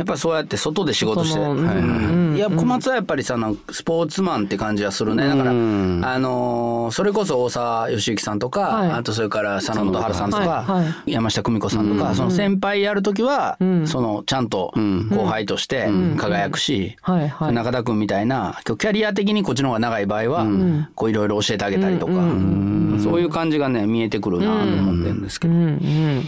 B: っぱりそうやって外で仕事して、
C: 外のうん
B: うんいや小松はやっぱりさなんかスポーツマンって感じはするねだから、
D: うん
B: あのーそれこそ大沢良幸さんとか、
C: はい
B: あとそれから佐野元春さんとか、
C: はいは
B: 山下久美子さんとか、その先輩やる時は、
C: ん
B: そのちゃんと後輩として輝くし。
C: はいはい。
B: 中田君みたいな今日キャリア的にこっちの方が長い場合は、こういろいろ教えてあげたりとか、そういう感じがね見えてくるなと思ってるんですけ
C: う
B: ど、
C: んうん。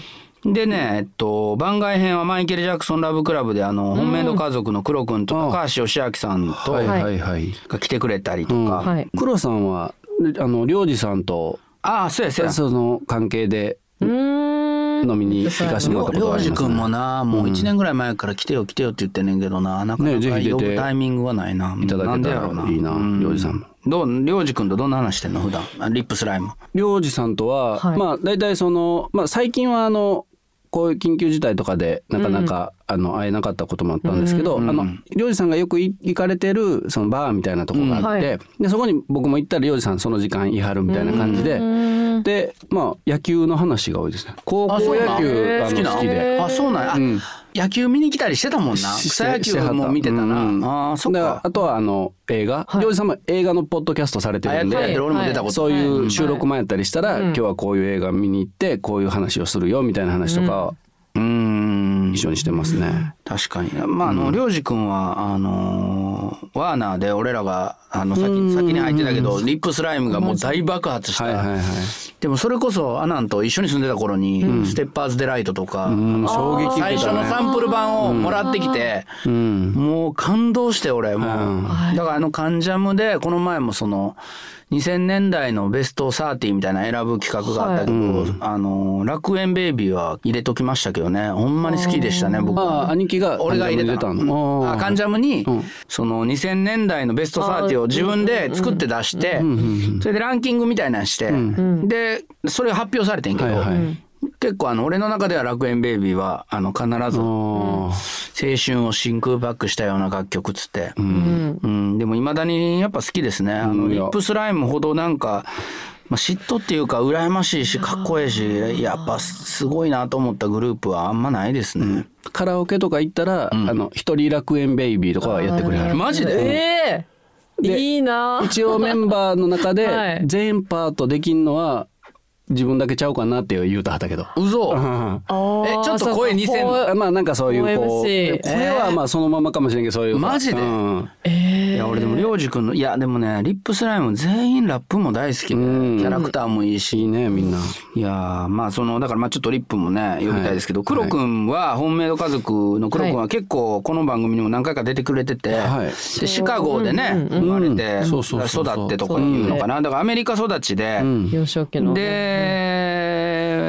B: でね、えっと、番外編はマイケル・ジャクソン・ラブクラブであの、本命の家族の黒君と高橋義明さんと
D: はい
B: が
D: はいはい、
B: 来てくれたりとか、
C: はい。
D: 黒さんはあの領事さんと
B: ああそうやそうや
D: その関係で
C: うーん。
D: 飲みに行かせてもら
B: りょう
D: ったことがあり
B: じ
D: ま
B: く
D: す
B: ん
D: ね
B: もなもう1年ぐらい前から来てよ来てよって言ってんねんけどななか
D: ね
B: な
D: ぜ
B: か
D: ひ出て
B: 呼ぶタイミングがないな、
D: いただけたら
B: なんでやろうない
D: いなりょうじさんも
B: どうりょうじくんとどんな話してんの普段あリップスライム
D: 領事さんとは、
C: はい
D: まあ大体その、まあ、最近はあのこういう緊急事態とかでなかなか、あの会えなかったこともあったんですけど、あの領事さんがよくい行かれてるそのバーみたいなとこがあって、
C: うんはい
D: でそこに僕も行ったら領事さんその時間いはるみたいな感じで、でまあ野球の話が多いですね高校
B: あそうなん
D: 野球あ
B: 好き
D: の
B: な
D: 好きで。
B: あそうなんや、あ
D: うん
B: 野球見に来たりしてたもんな
D: し
B: 草野球も見てたな、
D: うん
B: あーそっ
D: だら
B: か
D: あとはあの映画、
C: はい
D: 領事さんも映画のポッドキャストされて
B: あや
D: る
B: っ
D: ん
B: て
D: で、
B: るやってる俺も出たこと
D: そういう収録前やったりしたら、
C: うん
D: 今日はこういう映画見に行ってこういう話をするよみたいな話とか
B: うーん
D: 一緒にしてますね。
B: 確かにまああの涼く君はあのーワーナーで俺らがあの先先に入ってたけどリップスライムがもう大爆発した、
D: はいはいはい。
B: でもそれこそアナンと一緒に住んでた頃に、ステッパーズデライトとか、
D: うん衝撃受けた
B: 最
D: ね
B: 初のサンプル版をもらってきて、
D: うん。
B: もう感動して俺もう、
D: うん
C: はい
B: だからあの「関ジャム」でこの前もその2000年代のベスト30みたいな選ぶ企画があったけど、あの楽園ベイビーは入れときましたけどねほんまに好きでしたね僕
D: ああ兄貴が
B: 俺が入れた
D: 関ジャムに出の。
B: の。
D: あ
B: あ
D: あ
B: 関ジャムに、その2000年代のベスト30を自分で作って出して、それでランキングみたいなのして、でそれが発表されてんけど、
D: はいはい
B: 結構あの俺の中では楽園ベイビーはあの必ず
D: あ
B: 青
D: ー
B: 春を真空パックしたような楽曲っつって、うん
C: うん。
B: でもいまだにやっぱ好きですね、あの
D: うんい
B: リ
D: や
B: ップスライムほどなんか、まあ、嫉妬っていうか羨ましいしかっこいいしやっぱすごいなと思ったグループはあんまないですね。
D: カラオケとか行ったら、あの一人楽園ベイビーとかはやってくれはる。
B: マジで
C: ええ。
D: で
C: いいな。
D: 一応メンバーの中
C: は
D: で
C: い
D: 全パートできんのは。自分だけちゃうかなって言うたはっ たけど。
B: うそ
D: うん
B: えちょっと声似せんの
D: まあなんかそういうこう
C: OMC
D: 声はまあそのままかもしれんけどそういう
B: マジで
D: うん
B: いや俺でもりょうじくんのいやでもねリップスライム全員ラップも大好きでキ
D: うん
B: ャラクターもいいし
D: いいねみんな。
B: いやーまあそのだからまあちょっとリップもね呼びたいですけど、
D: はい
B: クロ君は「ホームメイド家族」のクロ君
C: は
B: は結構この番組にも何回か出てくれてて、
D: はい
B: でシカゴでね、
C: うん
D: うんうん
B: 生まれて
D: うんそうそうそうそう
B: 育ってとかいうのかなだからアメリカ育ちで、
D: うん
C: 幼少期の。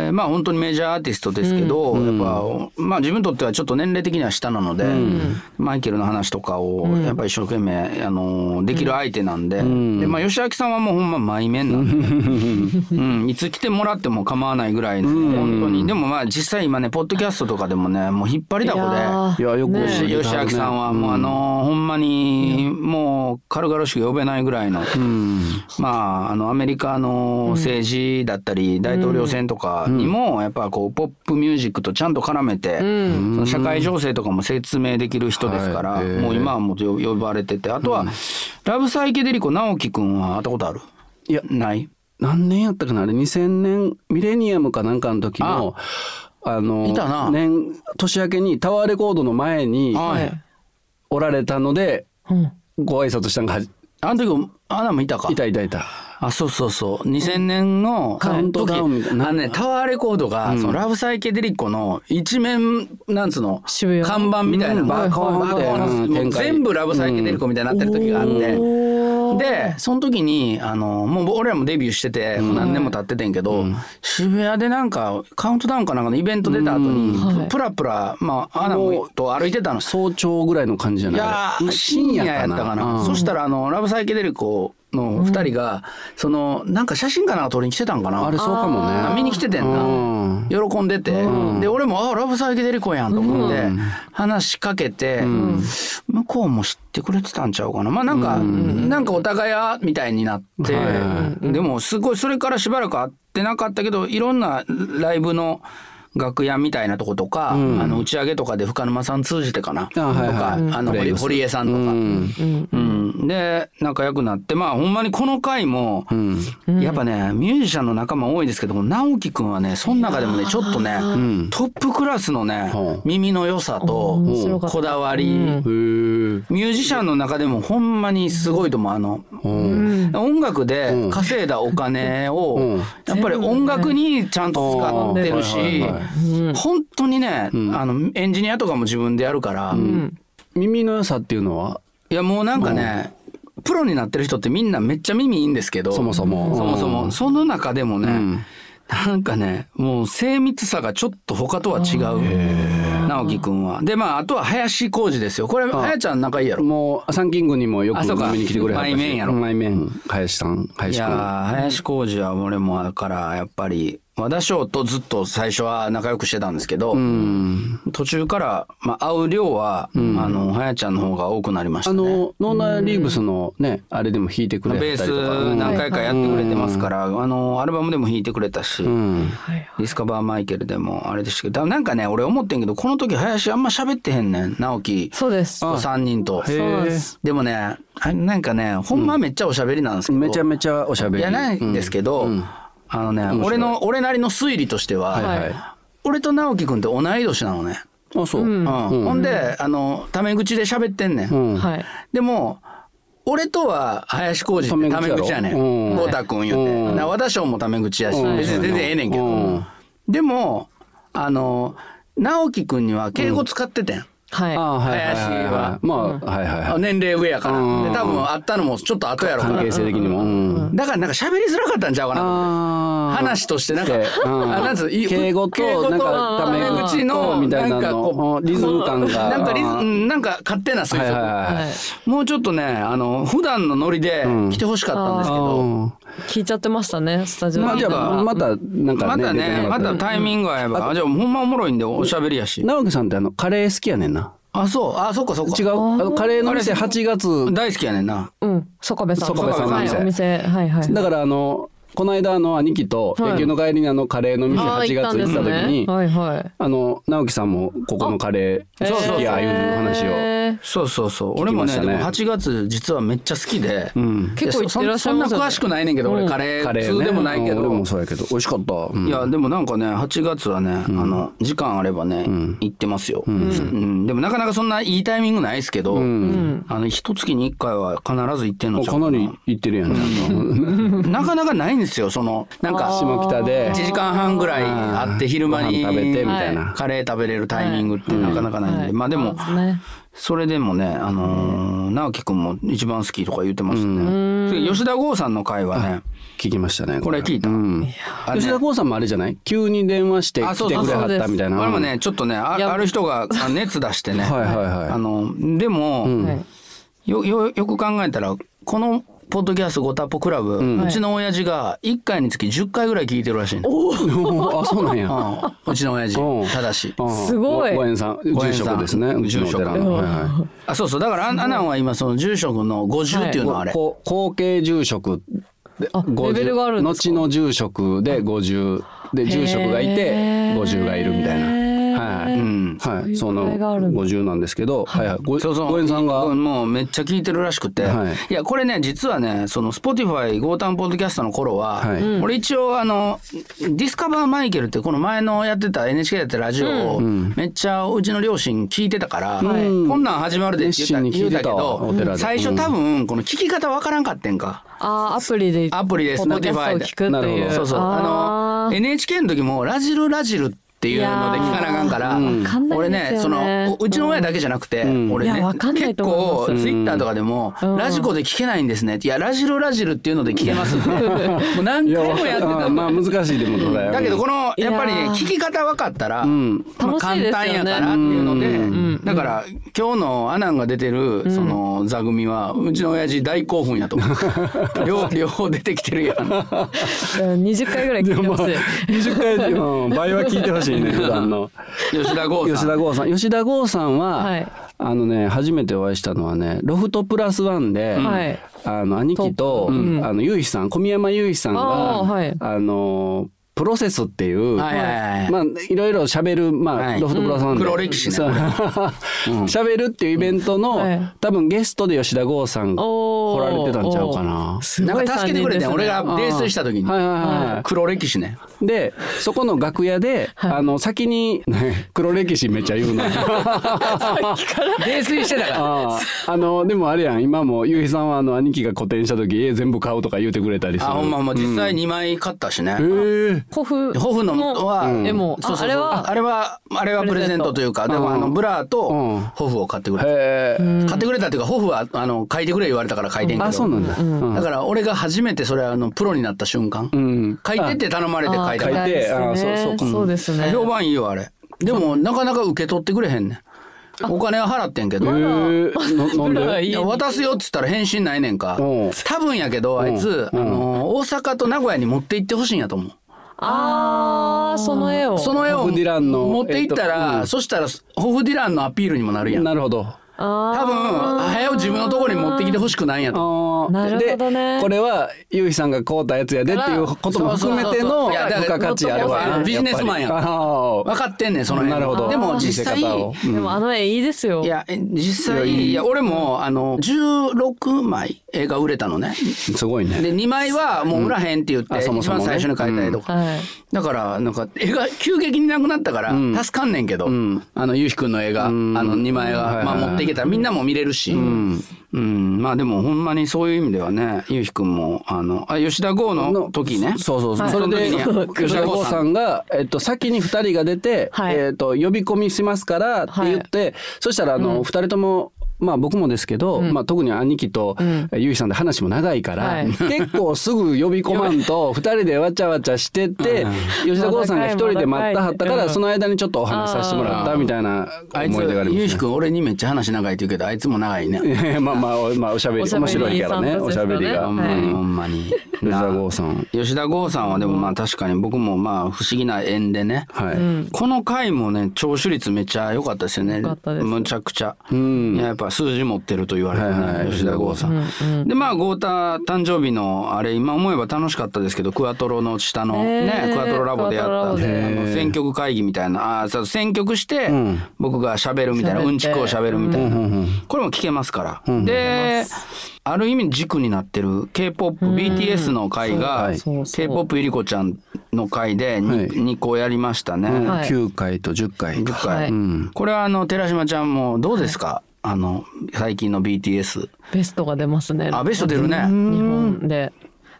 B: でまあ本当にメジャーアーティストですけど、
D: うん
B: やっぱまあ自分にとってはちょっと年齢的には下なので、マイケルの話とかをやっぱり一生懸命あのできる相手なんで,、
D: ん
B: でまあ、吉明さんはもうほんま毎面なんで、 うん、いつ来てもらっても構わないぐらいの、本当にでもまあ実際今ねポッドキャストとかでもねもう引っ張りだこ
C: いやー
B: で。
D: いやよく
C: ね
D: 教えて
B: 吉
D: は
B: 明
D: るね
B: さんはもうあのほんまにもう軽々しく呼べないぐらいの
D: うん
B: まあ、あのアメリカの政治だったり大統領選とかにもやっぱこうポップミュージックとちゃんと絡めて、その社会情勢とかも説明できる人ですから、
D: はいえー
B: もう今はもう呼呼ばれててあとは、ラブサイケデリコ直樹くんは会ったことある
D: いや
B: ない
D: 何年やったかなあれ2000年ミレニアムかなんかの時のあの
B: いたな
D: 年年明けにタワーレコードの前に
B: はい。
D: おられたので
C: うん。
D: ご挨拶したんがはじ
B: あの時アナもいたか
D: いたいたいた。
B: あそうそうそう2000年の
D: カウントダウンみたいな
B: あのねタワーレコードが、そのラブサイケデリコの一面なんつうの
C: 渋谷
B: 看板みたいな
D: うん
B: バーコン
D: はいはいはい
B: バーコン
D: うん
B: もう
D: 展開
B: 全部ラブサイケデリコみたいになってる時があって。でその時にあのもう俺らもデビューしててもう何年も経っててんけど、渋谷でなんかカウントダウンかなんかのイベント出た後に、
C: うんはい
B: プラプラまあアナもと歩いてたの
D: 早朝ぐらいの感じじゃ
B: い
D: ない
B: や
D: あれ
B: ー深夜やったかな、
D: うん
B: そしたらあのラブサイケデリコの2人が、そのなんか写真かなんか撮りに来てたんかな
D: あれそうかも
B: あ見に
D: ね
B: 来ててん
D: う
B: な、
D: ん
B: 喜んでて、で俺も「あラブサイケデリコやん」と思って、
D: うん
B: 話しかけて、向こうも知ってくれてたんちゃうかなまあなんか、なんかお互いやみたいになって、
D: はい
B: でもすごいそれからしばらく会ってなかったけどいろんなライブの楽屋みたいなとことか、あの打ち上げとかで深沼さん通じてかな、
D: あはいはい
B: とかあの堀堀江さんとか。
D: うん
C: うん。
B: うん、で仲良くなってまあほんまにこの回も、やっぱねミュージシャンの仲間多いですけども直樹くんはねその中でもねちょっとね、
D: ん
B: トップクラスのね、
D: はあ
B: 耳の良さと
C: 面白かった
B: こだわり、
D: へー
B: ミュージシャンの中でもほんまにすごいと思うあの、音楽で稼いだお金を、
D: うん
B: やっぱり音楽にちゃんと使ってるし、
D: はいはいはい
B: 本当にね、あのエンジニアとかも自分でやるから。
D: 耳の良さっていうのはい
B: やもうなんかね、プロになってる人ってみんなめっちゃ耳いいんですけど
D: そもそも
B: そもそもその中でもね、
D: ん
B: なんかねもう精密さがちょっと他とは違う直樹くんは。でまああとは林浩二ですよこれはやちゃん仲いいやろ。
D: もうサンキングにもよく
B: あそうか
D: 飲みに来てくれはったし
B: マイメンやろ
D: マイメン林さん
B: い
D: 林
B: や
D: くん
B: ー林浩二は俺もだからやっぱり和田翔とずっと最初は仲良くしてたんですけど、
D: うん
B: 途中から、まあ、会う量は、あのはやちゃんの方が多くなりまし
D: あ
B: たね。
D: のノーナリーブスのねあれでも弾いてくれは
B: ベー
D: ったりとか
B: ス何回かやってくれてますから、あのアルバムでも弾いてくれたし、
D: うん
C: はい。
B: ディスカバーマイケルでもあれでしたけどだなんかね俺思ってんけどこの時林あんま喋ってへんねん直樹
C: そうです。そ
B: 3人と
C: うなんです。
B: でもねあなんかねほんまめっちゃおしゃべりなんですけど、
D: めちゃめちゃおしゃべり
B: いやないんですけど、あのね俺の俺なりの推理としては、
D: はいはい
B: 俺と直樹君って同い年なのね、
D: あそう
B: うん
D: う
B: ほんであのタメ口で喋ってんねん、
D: ん
C: はい。
B: でも俺とは林浩二ってタメ口やねん
D: タメ口やろうん
B: 豪太君言うて、
D: うん
B: な和田翔もタメ口やし、
D: うん
B: 別に全然ええねんけど、
D: うん
B: でもあの直樹君には敬語使っててん、
C: はい。
D: あはいはい
B: 林
D: はい
B: は
D: まあはいはい
B: あ
D: はい
B: 年齢上やから、
D: うん
B: で多分会ったのもちょっと後やろか
D: 関
B: ら
D: 係性的にもうん
B: だからなんか喋りづらかったんちゃうかなと思って
D: あー
B: 話としてなんか、
D: うん
B: あなんつうい
D: 敬語
B: 敬語
D: となんか
B: タ
D: タ
B: メ
D: メ
B: 口
D: 口
B: の
D: のみたい
B: な
D: な
B: んかこ
D: の
B: う
D: リズム感が
B: なんかリズ
D: あー
B: うんなんか勝手な推
D: はい
B: 測、
D: はい
C: は
D: はい
B: もうちょっとねあの普段のノリで来てほしかったんですけど、
C: 聞いちゃってましたね、スタジオで。
D: まあじゃあまたなんか
B: また
D: 出て
B: ね
D: もら
B: ま
D: ったら
B: たタイミングが合えばあじゃあほんまおもろいんでおしゃべりやし
D: 直樹さんってあのカレー好きやねんな
B: あそうあそっかそっか
D: 違うあのカレーの店8月
B: 大好きやねんな
C: うん、ソカベさん。
D: ソカベさんの
C: はい
D: 店
C: お店、はいはい。
D: だからあのこの間あの兄貴と
C: はい
D: 野球の帰りにあのカレーの店
C: あー
D: 8月
C: 行ったんで
D: 行っ
C: す
D: た時
C: ね
D: に。
C: はいはい。
D: あの直樹さんもここのカレー
B: そうそう
D: 好きやいう話を。
C: えー
B: そうそうそう俺もね
D: 聞きましたね
B: でも8月実はめっちゃ好きで、
D: うん。
C: 結構行ってらっしゃいますよね
B: そんな詳しくないねんけど、俺カレ
D: カ
B: ー
D: レー
B: 通
D: ね
B: でもないけど、
D: うん俺もそうやけど美味しかった。うん
B: いやでもなんかね8月はね、あの時間あればね、行ってますよ、うんでもなかなかそんないいタイミングないですけど、あの一月に1回は必ず行ってんの
D: お
B: ちゃ
D: か
B: う
D: なり行ってるやん。
B: なかなかないん ですよそのなんか
D: 下北で
B: 1時間半ぐらいあって昼間に
D: ご飯食べてみたい
B: は
D: な。
B: カレー食べれるタイミングってなかなかないんで、
C: はい
B: まあでも、
C: そうすね
B: それでもね、あのー直樹くんも一番好きとか言ってましたね。で吉田剛さんの回はね、
D: 聞きましたね。
B: これ聞いた。
D: うん。
B: あれね
D: 吉田剛さんもあれじゃない？急に電話して
B: あそ
D: 来
B: う
D: て
B: そう
D: くれはったみたいな。
B: あれもね、ちょっとね、あ
C: いや
B: ある人があ熱出してね。
D: はいはいはい
B: あの、でも、
C: はい
B: よ、よ、よく考えたら、この、ポッドキャストゴタッポクラブ、うちの親父が1回につき10回ぐらい聞いてるらしいの、
D: うん。あそうなんや。うん
B: うんうちの親 父
D: うん
B: ただし
C: すごい
D: ごご縁さん
B: ご
D: 住
B: 縁さん
D: 職ですね。うちのお寺
B: 住職
D: の。はいは
B: あそうそうだからアナンは今その住職の50っていう
D: い。
B: のはあれ、
D: こ後継住職で
C: あ
D: 50
C: レベルがあるんですか
D: 後の住職で50で住職がいて
C: へー
D: 50がいるみたいな。はい。
B: うん
D: はい、そ
C: こ
D: の
C: れがあるんだ
D: 50なんですけど、はいはい、ご
B: そうそう
D: ご縁さんが、
B: う
D: うん
B: もうめっちゃ聞いてるらしくて、
D: はい
B: い、やこれね実はねその Spotify ゴータンポッドキャストの頃は、
D: はいうん
B: 俺一応あのディスカバーマイケルってこの前のやってた NHK やってたラジオをめっちゃうちの両親聞いてたから、
D: ん
B: こんなん始まるでって言った
D: 熱心に聞
B: 言
D: いうて
B: たけ
D: たわ
B: ど
D: お寺で
B: 最初多分この聞き方わからんかってんか。
C: あーアプリで
B: アプリで
C: ポッドキャストを聞く
D: な
C: って
D: る
C: い
D: ほ
C: う
D: ど
B: そうそうあ
C: ー
B: の NHK の時も「ラジルラジル」っていうので聞かなあかんから
C: いやーわかんな
B: 俺
C: いですよね
B: ねそのうちの親だけじゃなくて俺
C: い
B: ね
C: やわかんない
B: 結
C: と思います
B: 構ツイッターとかでも「ラジコで聞けないんですね」って「いやラジルラジル」っていうので聞けますってもう何
D: いや
B: 回もやってた
D: あまあ難しいでもどうだよ
B: だ けどこのやっぱりね
C: いやー
B: 聞き方分かったら、まあ、
C: 楽しい
B: 簡
C: ですよね
B: 単やからっていうので、だから今日のアナンが出てるその座組はうちの親父大興奮や と思う両両方出てきてるやん。
C: うん20回ぐらい聞いてます
D: 20回で、うん、倍は聞いてほしいね普段の
B: 吉田剛さん
D: 吉田剛さん吉田剛さんは、
C: はい
D: あのね初めてお会いしたのはねロフトプラスワンで、
C: はい
D: あの兄貴と、あのゆうひさん小宮山ゆうひさんが
C: あ
D: あ,、
C: ーはい
D: のプロセスっていう、
B: はいはいはいはい
D: まあいろいろ喋るまあ、
B: はい
D: ロフトプラスワンで、
B: うん黒歴史ね
D: そう喋るっていうイベントの、
C: はい
D: 多分ゲストで吉田剛さん
C: お
D: 来
C: ー
D: られてたんちゃうかな。
C: す
B: な
C: ご
B: ん
C: い
B: か助けてくれてん、俺が泥酔した時に、
D: はいはいはいはい
B: 黒歴史ね
D: でそこの楽屋で、あの先に黒歴史めっちゃ言うな
B: 泥酔してたから
D: あーあのでもあれやん今もゆうひさんはあの兄貴が個展した時家全部買うとか言うてくれたりする
B: あほんまほんま実際2枚買ったしね、
D: へー
C: ホフ
B: ホフのは、
C: うん絵も
B: そうそうそう
C: ああれは
B: あれはあれはプレゼントというかでもあのブラと
D: うん
B: ホフを買ってくれた、
D: へー
B: 買ってくれたっていうかホフはあの書いてくれ言われたから書いてんけど
D: あそうなんだ、うん
B: だから俺が初めてそれあのプロになった瞬間、
D: うん
B: 書いてって頼まれて書い
D: 書い
B: た
D: てあーそうそう
C: そうそうですね
B: 評判いいよあれでもなかなか受け取ってくれへんねんお金は払ってんけど、
D: へーななん
C: ブラ
D: で
C: い
B: いや渡すよっつったら返信ないねんか
D: うん
B: 多分やけどあいつ、あの大阪と名古屋に持って行ってほしいんやと思う
C: あーその絵を
B: その絵を
D: ホフディランの
B: 持って行ったら、
D: えっとうん
B: そしたらホフディランのアピールにもなるやん多
D: なるほど
C: あ
B: 分早う自分のところに持ってきてほしくないんやと思う
D: あー
C: なるほどね
D: でこれはゆうひさんが買うたやつやでっていうことも含めて
B: そうそうそうそ
D: の
B: ういやだ
D: 付
B: から
D: 加価値あるわ
B: もっともっ
D: な
B: とビジネスマンやから
D: っぱりあー
B: 分かってんねんその辺
D: なるほど
B: でも実際
D: 見せ方を
C: ーでもあの絵いいですよ
B: いやえ実際いや俺もあの16枚絵が売れたのね
D: すごいね
B: で2枚はもう売らへんって言って、
D: うんあそも
B: 一
D: そも
B: 番
D: ね
B: 最初に書いた絵とか、
C: はい
B: だからなんか絵が急激になくなったから助かんねんけど、あのゆうひくんの絵が、あの2枚が、まあ、持っていけたらみんなも見れるし、うんまあでもほんまにそういう意味ではねゆうひくんもあのあ吉田剛の時ね
D: そうそうそう。
B: はい
D: それで
B: その時に
D: 吉田剛さんがえっと先に二人が出て、
C: はい
D: えっと呼び込みしますからって言って、そしたらあの二人とも。まあ僕もですけど、まあ特に兄貴とゆうひさんで話も長いから、
C: はい
D: 結構すぐ呼び込まんと二人でわちゃわちゃして て、吉田剛さんが一人で待ったはったか
C: う
D: ら
C: ん
D: その間にちょっとお話しさせてもらったみたいな
B: あいつ
D: 思い出があり
B: ゆう
D: ま
B: ひ
D: す
B: くん俺にめっちゃ話長いって言うけどあいつも長いね
D: ね。まあ まあおまあおしゃべ
C: お
D: り
C: しゃべり
D: 面白いからね
C: さんと
D: おしゃべりが、
C: は
B: ほ
C: い
D: う
B: んまに
D: ん
B: ほんまに
D: 吉田剛さん
B: 吉田剛さんはでもまあ確かに僕もまあ不思議な縁でね、
D: はい、
B: この回もね聴取率めっちゃ良かったですよね
C: 良かったです
B: むちゃくちゃ、
D: うん
B: いややっぱ数字持ってると言われるね、
D: はいはい
B: 吉田剛さん。
C: うんうん
B: でまあ豪太誕生日のあれ今思えば楽しかったですけどクアトロの下のね
C: へー
B: クアトロラボでやっ
C: ク
B: た
C: ア
B: あ
C: トロラボ
B: の
C: で
B: 選曲会議みたいなあそう選曲して
D: ん
B: 僕がしゃべるみたいな
C: 喋って
B: うんちくをしゃべるみたいな
D: うんうん
B: これも聞けますから。である意味軸になってる k p o p BTS の会が
C: そうそうそう
B: k p o p ゆり子ちゃんの会で
D: はい
B: 2, 個やりましたね。
D: うん
C: はい
D: 9回と10回
B: 10回
C: はい
D: うん
B: これはあの寺島ちゃんもどうですか、あの最近の BTS
C: ベストが出ますね。
B: あベスト出るね
C: 日本で。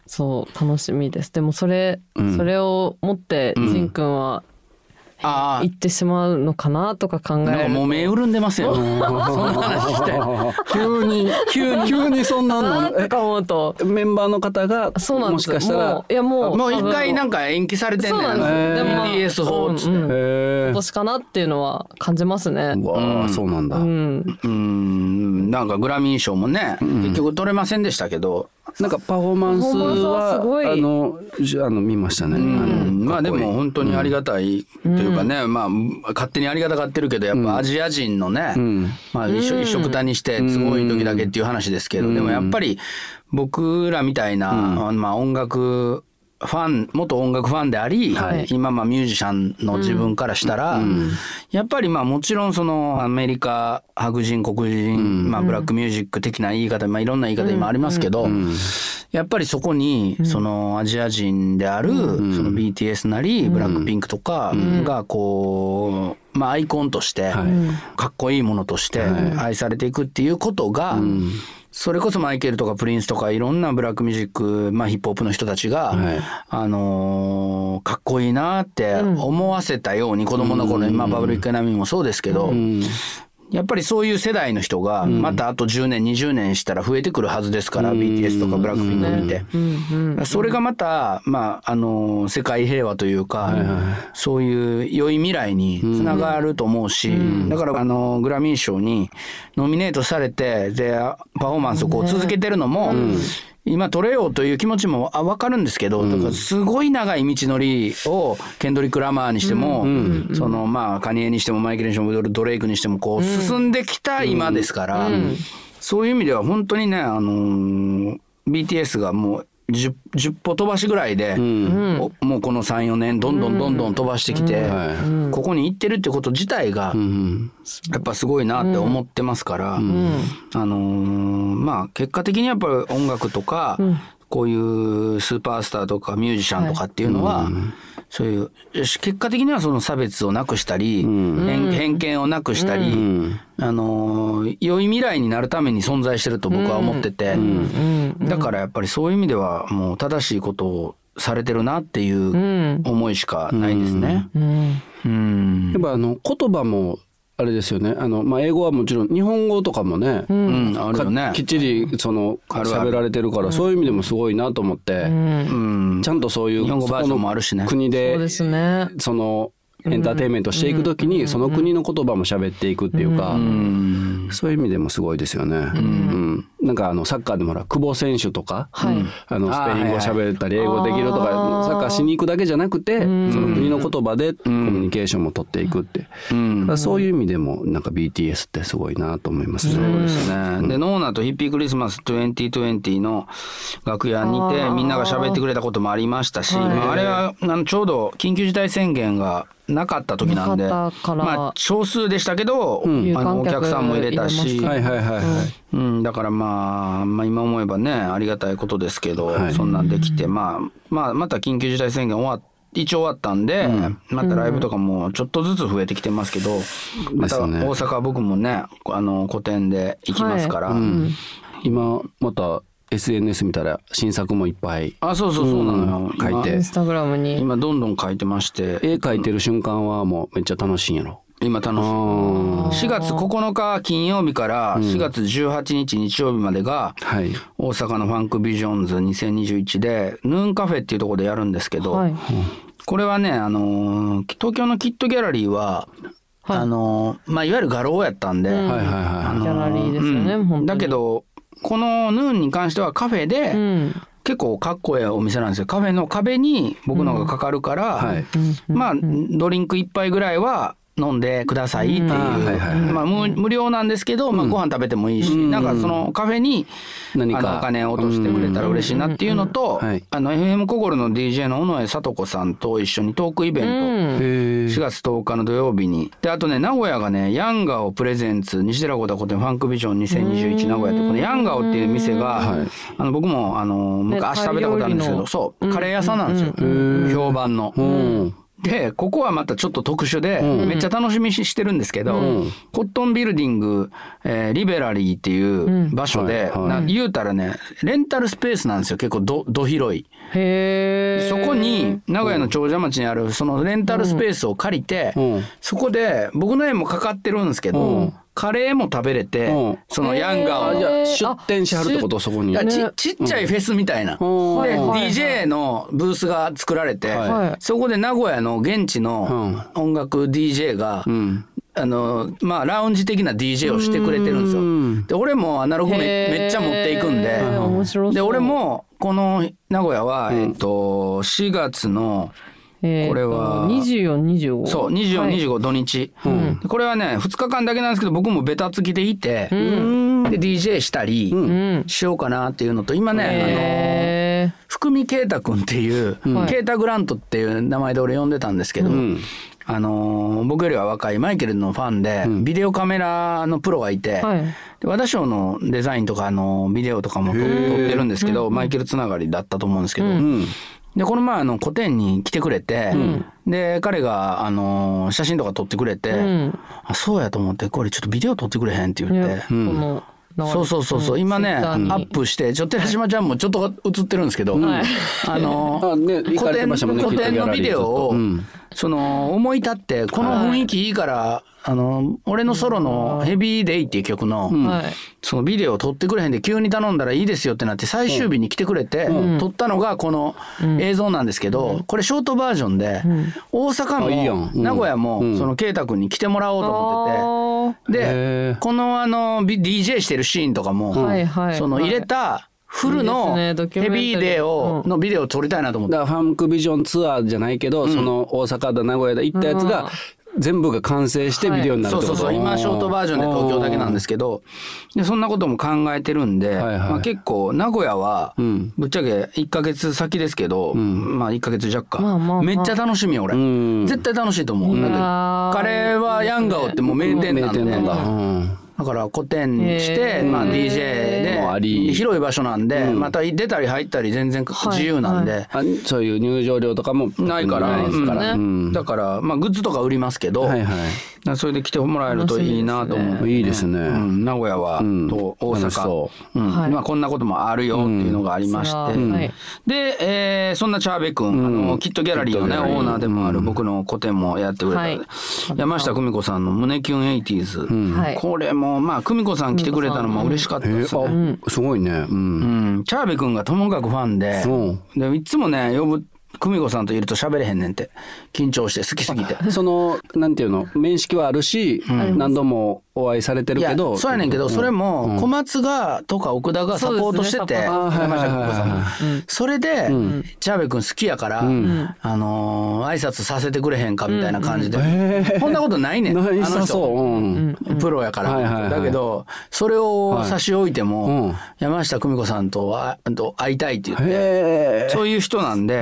C: そう楽しみです。でもそれ、それを持ってジンくんは
B: あ
C: 行ってしまうのかなとか考
B: あ
C: え
B: なんか
C: る
B: もう
C: と。
B: 目潤んでますよそ んな話して
D: 急に急に急にそんな
C: あ
D: の
C: ーとか思うと。
D: メンバーの方が
C: そうなん
D: も
C: で
D: し
C: す。
D: かしたら
C: もういやもう
B: もう一回なんんか延期されてん
C: そう
B: ね
C: なん
B: ん
C: です。
D: へー
C: でもまあ
B: BTS 法っつって
C: うんうん
D: へえ
C: 今年かなっていうのは感じますね。
D: うわあそうなんだ
C: うん。
B: うんなんかグラミー賞もね、結局取れませんでしたけど、
D: なんかパフォーマンス
C: パフォーマンス
D: は
C: はすごい
D: あのじあの見ましたねあの
B: まあで
D: かっ
B: も
D: こいい
B: 本当にありがたいというかね、まあ勝手にありがたがってるけどやっぱアジア人のね、
D: ん
B: まあ、一緒一緒くたにして都合いい時だけっていう話ですけど、でもやっぱり僕らみたいな、まあ、音楽ファン元音楽ファンであり、
C: はい
B: 今まあミュージシャンの自分からしたら、やっぱりまあもちろんそのアメリカ白人黒人、まあ、ブラックミュージック的な言い方、まあ、いろんな言い方今ありますけど、やっぱりそこにそのアジア人であるその BTS なりブラックピンクとかがこう、まあ、アイコンとしてかっこいいものとして愛されていくっていうことが。それこそマイケルとかプリンスとかいろんなブラックミュージック、まあ、ヒップホップの人たちが、
D: はい
B: あのーかっこいいなって思わせたように子供の頃に、まあ、バブルイコナミーもそうですけど、やっぱりそういう世代の人がまたあと10年20年したら増えてくるはずですから、BTS とかブラックピンク見て、それがまた、まああのー世界平和というか、そういう良い未来につながると思うし、だから、あのーグラミー賞にノミネートされてでパフォーマンスをこう続けてるのも、今取れようという気持ちもあ分かるんですけど、だからすごい長い道のりをケンドリック・ラマーにしても、そのまあカニエにしてもマイケルにしてもドレイクにしてもこう進んできた今ですから、そういう意味では本当にね、あのー BTS がもう 10, 10歩飛ばしぐらいで、おもうこの34年どんどんどんどん飛ばしてきて、ここに行ってるってこと自体が、
D: うん
B: やっぱすごいなって思ってますから、あのーまあ結果的にやっぱり音楽とか、こういうスーパースターとかミュージシャンとかっていうのは、そういう結果的にはその差別をなくしたり、偏偏見をなくしたり、あのー良い未来になるために存在してると僕は思ってて、だからやっぱりそういう意味ではもう正しいことをされてるなっていう思いしかないですね。うん
D: やっぱあの言葉もあれですよねあの、まあ、英語はもちろん日本語とかもね、
B: うん、あるよね
D: かきっちりその
B: あるある
D: 喋られてるからそういう意味でもすごいなと思って、
B: うん
D: ちゃんとそういう
B: 日本語バージョンもあるしね
D: そこの国
C: そう
D: で
C: ですね。
D: そのエンターテインメントしていくときにその国の言葉も喋っていくっていうか、そういう意味でもすごいですよね。うんなんかあのサッカーでもほら久保選手とか、
C: はい
D: あの
B: あー
D: スペイン語喋ったり英語できるとかサッカーしに行くだけじゃなくてその国の言葉でコミュニケーションも取っていくって、だからそういう意味でもなんか BTS ってすごいなと思いますね。
B: そうですね。で、ノーナとヒッピークリスマス2020の楽屋にて、みんなが喋ってくれたこともありましたし、まああれは、あの、ちょうど緊急事態宣言がなかった時なんで、
C: なか
B: ま
C: ったから
B: あ、少数でしたけど、あの、お客さんも入れた
C: 有観客入れまし
B: し、
C: た
D: はいはいはいはい。
B: うん、だからまあ、まあ、今思えばねありがたいことですけど、
D: はい
B: そんなんできて、まあ、まあまた緊急事態宣言終わっ一応終わったんで、またライブとかもちょっとずつ増えてきてますけど、また
D: よ
B: 大
D: ね
B: 阪僕もねあの個展で行きますから、
D: 今また SNS 見たら新作もいっぱい
B: あそうそうそうなのよ、
D: うん書いて
C: インスタグラムに。
B: 今今どんどん書いてまして
D: 絵描いてる瞬間はもうめっちゃ楽しいんやろ。
B: 今楽しい。4月9日金曜日から4月18日日曜日までが、
D: はい。
B: 大阪のファンクビジョンズ2021でヌーンカフェっていうところでやるんですけど、
C: はい。
B: これはね、あのー東京のキットギャラリーは、
C: はい
B: い、あのーまあいわゆる画廊やったんで、
D: はいはいは
B: あの
C: ギャラリーですよね
B: うん
C: 本当に
B: だけどこのヌーンに関してはカフェで、
C: うん。
B: 結構かっこいいお店なんですよカフェの壁に僕のがかかるから、
D: はい
B: まあドリンク一杯ぐらいは飲んでくださいっていう、
D: はいはい
B: まあ、無無料なんですけど、まあ、ご飯食べてもいいし、なんかそのカフェに
D: 何か
B: あのお金を落としてくれたら嬉しいなっていうのと、
D: うんはい
B: あの FM コゴルの DJ の尾上聡子さんと一緒にトークイベント、
D: へ
B: 4月10日の土曜日にであとね名古屋がねヤンガオプレゼンツ西寺小田古典ファンクビジョン2021名古屋ってこのヤンガオっていう店が、あの僕もあの昔食べたことあるんですけ
C: タイ料理
B: ど
C: の
B: そうカレー屋さんなんですよ、評判の。でここはまたちょっと特殊で、めっちゃ楽しみにしてるんですけど、コットンビルディング、えーリベラリーっていう場所で、
D: はいは
B: な言うたらねレンタルスペースなんですよ結構どど広い。
C: へえ。
B: そこに名古屋の長者町にあるそのレンタルスペースを借りて、
D: うん
B: そこで僕の絵もかかってるんですけど、
D: うん
B: カレーも食べれて、
D: うん
B: そのヤンガー
D: ーじ
B: を。
D: ゃあ出店しはるってことそこ
B: い
D: に
B: や
C: ね
B: ちちっちゃいフェスみたいな、
D: うん
B: で、
C: はいはいはい
B: DJ のブースが作られて、
C: はい
B: そこで名古屋の現地の音楽 DJ が、
D: ん
B: あのまあ、ラウンジ的な DJ をしてくれてるんですよ。で俺もアナログめ
C: へー
B: めっちゃ持っていくんで
C: 面白そう
B: で俺もこの名古屋は、えっと、4月の
C: えーと
B: これは
C: 24、25。
B: そう24、
C: はい
B: 25土日、でこれはね2日間だけなんですけど僕もベタつきでいて、で DJ したり
C: ん
B: しようかなっていうのと今ね、あの
C: へ
B: 福見啓太君っていう、
C: ん
B: 啓太グラントっていう名前で俺呼んでたんですけど、あのー僕よりは若いマイケルのファンで、ビデオカメラのプロがいて、
C: ーはい。
B: で和田賞のデザインとかあのビデオとかも撮撮ってるんですけど、マイケルつながりだったと思うんですけど、でこの前あの個展に来てくれて、で彼があの写真とか撮ってくれて、
C: ん
B: あそうやと思ってこれちょっとビデオ撮ってくれへんって言って
C: ね。この
B: そうそうそうそう今ね、アップしてちょっと寺島ちゃんもちょっと映ってるんですけど、
C: はい
B: あの
D: あね行
B: 古
D: かれて
B: 典
D: ましたもんね
B: 古典のビデオを、
D: きっとギャラリーずっと
B: その思い立ってこの雰囲気いいから、あの俺のソロの「ヘビーデイっていう曲の、
C: はい。
B: そのビデオを撮ってくれへんで急に頼んだらいいですよってなって最終日に来てくれて、撮ったのがこの映像なんですけど、これショートバージョンで、大阪も
D: あいいやんうん
B: 名古屋もその圭太君に来てもらおうと思ってて。
D: へ
B: で
D: ー
B: このあのビ DJ してるシーンとかも、
C: はいはい
B: その入れたフル
C: いい
B: の
C: ですね
B: ヘ
C: ドキュメンタリー
B: ビーデーを
C: うん
B: のビデオを撮りたいなと思って、
D: だからファンクビジョンツアーじゃないけど、その大阪だ名古屋だ行ったやつが全部が完成してビデオになるっ
B: そう
D: て
B: そ
D: こ
B: う
D: と
B: そう今ショートバージョンで東京だけなんですけどでそんなことも考えてるんで、
D: はい
B: まあ、結構名古屋はぶっちゃけ1ヶ月先ですけど、まあ1ヶ月弱か、
C: まあまあまあ
B: めっちゃ楽しみ俺、
D: ん
B: 絶対楽しいと思う、だって
C: あー
B: カレーはヤンガオってもう名店なんで、
D: 名店なんだ、うん
B: だから古典にし
C: へ
B: て、
C: ー
B: まあ、
D: もうあ
B: DJ
D: り
B: で広い場所なんで、また出たり入ったり全然自由なんで、
D: あそういう入場料とかも
B: ないから
D: ないですから、
C: ね
D: うん
B: だから、まあ、グッズとか売りますけど、
D: はいは
B: それで来てもらえるといいなと思う、
D: いいいですね、
B: うん、名古屋は、
D: ん
B: と大
D: 楽し
B: 阪
D: そ、
B: うん
C: はい
B: まあ、こんなこともあるよっていうのがありまして、
C: うんはい
B: で、えーそんなチャーベ君、あのキットギャラリーのね
D: キットギャラリー
B: オーナーでもある僕の個展もやってくれた、
C: はい
B: 山下久美子さんの「胸キュンエイティーズ」
C: はい
B: これもまあ久美子さん来てくれたのも嬉しかった
D: え
B: ですね、
D: あ、すごいねうん、
B: うん、チャーベ君がともかくファンで
D: うん
B: でいつもね呼ぶ久美子さんといると喋れへんねんって緊張して好きすぎて。
D: そのなんていうの面識はあるし、何度もお会いされてる
B: い
D: け
B: や
D: ど
B: そうやねんけどそれも小松がとか奥田がサポートしてて
D: そうですねサポート
B: 山下久美子さん
D: あーはいはいはい
B: が
D: は
B: それでチャーベ君好きやからあのー挨拶させてくれへんかみたいな感じでこんなことないねんあ
D: ない
B: の
D: さ
B: 人
D: そう、うん、
B: プロやか
D: はいはいは
B: ら
D: い
B: だけどそれを差し置いて
D: うん
B: も山下久美子さんとはと会いたいって言って
D: へ え
B: そういう人なんで、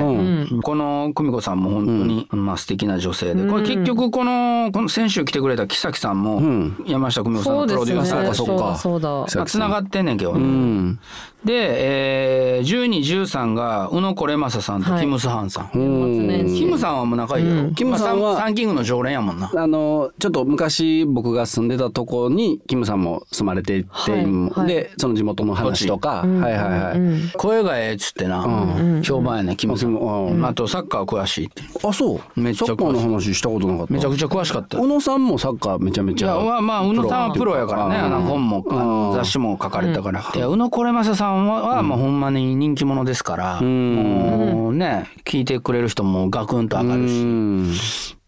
B: この久美子さんも本当に、まあ素敵な女性で、これ結局このこの先週来てくれた木崎さんも、山下久美子さん
C: そ
B: のプ
C: うで
B: ロ
C: す
B: デュー
C: ね。
B: サーか
D: う
B: か。
D: か
C: そうだ。そう
B: まあ、つながってんねんけどね。で、えー、12、13が宇野これまささんと
C: はい
B: キム・スハンさん。
C: だ。年末年
B: キ
C: 始。
B: ムさんはもう仲いいよ。
D: キムさん
B: まあ
D: は
B: サンサンキングの常連やもんな。
D: あのちょっと昔僕が住んでたとこにキムさんも住まれていて、
C: はいはい
D: でその地元の話とか、はいはいはい、
B: 声がええっつってな、評判やね、キムさ
D: あキムあ
B: ん。あとサッカー詳しいって。
D: あそう
B: めっちゃ
D: サッカーの話したことなかった
B: めちゃくちゃ詳しかったよ
D: 小野さんもサッカーめちゃめ
B: い
D: ち
B: や
D: ゃ
B: まあまあ宇野さんはプロやからね
D: あー
B: あの本もあの
D: あー
B: 雑誌も書かれたから、いや宇野これまささんは、はもうほんまに人気者ですから、もうね聞いてくれる人もガクンと上がるし、
D: うん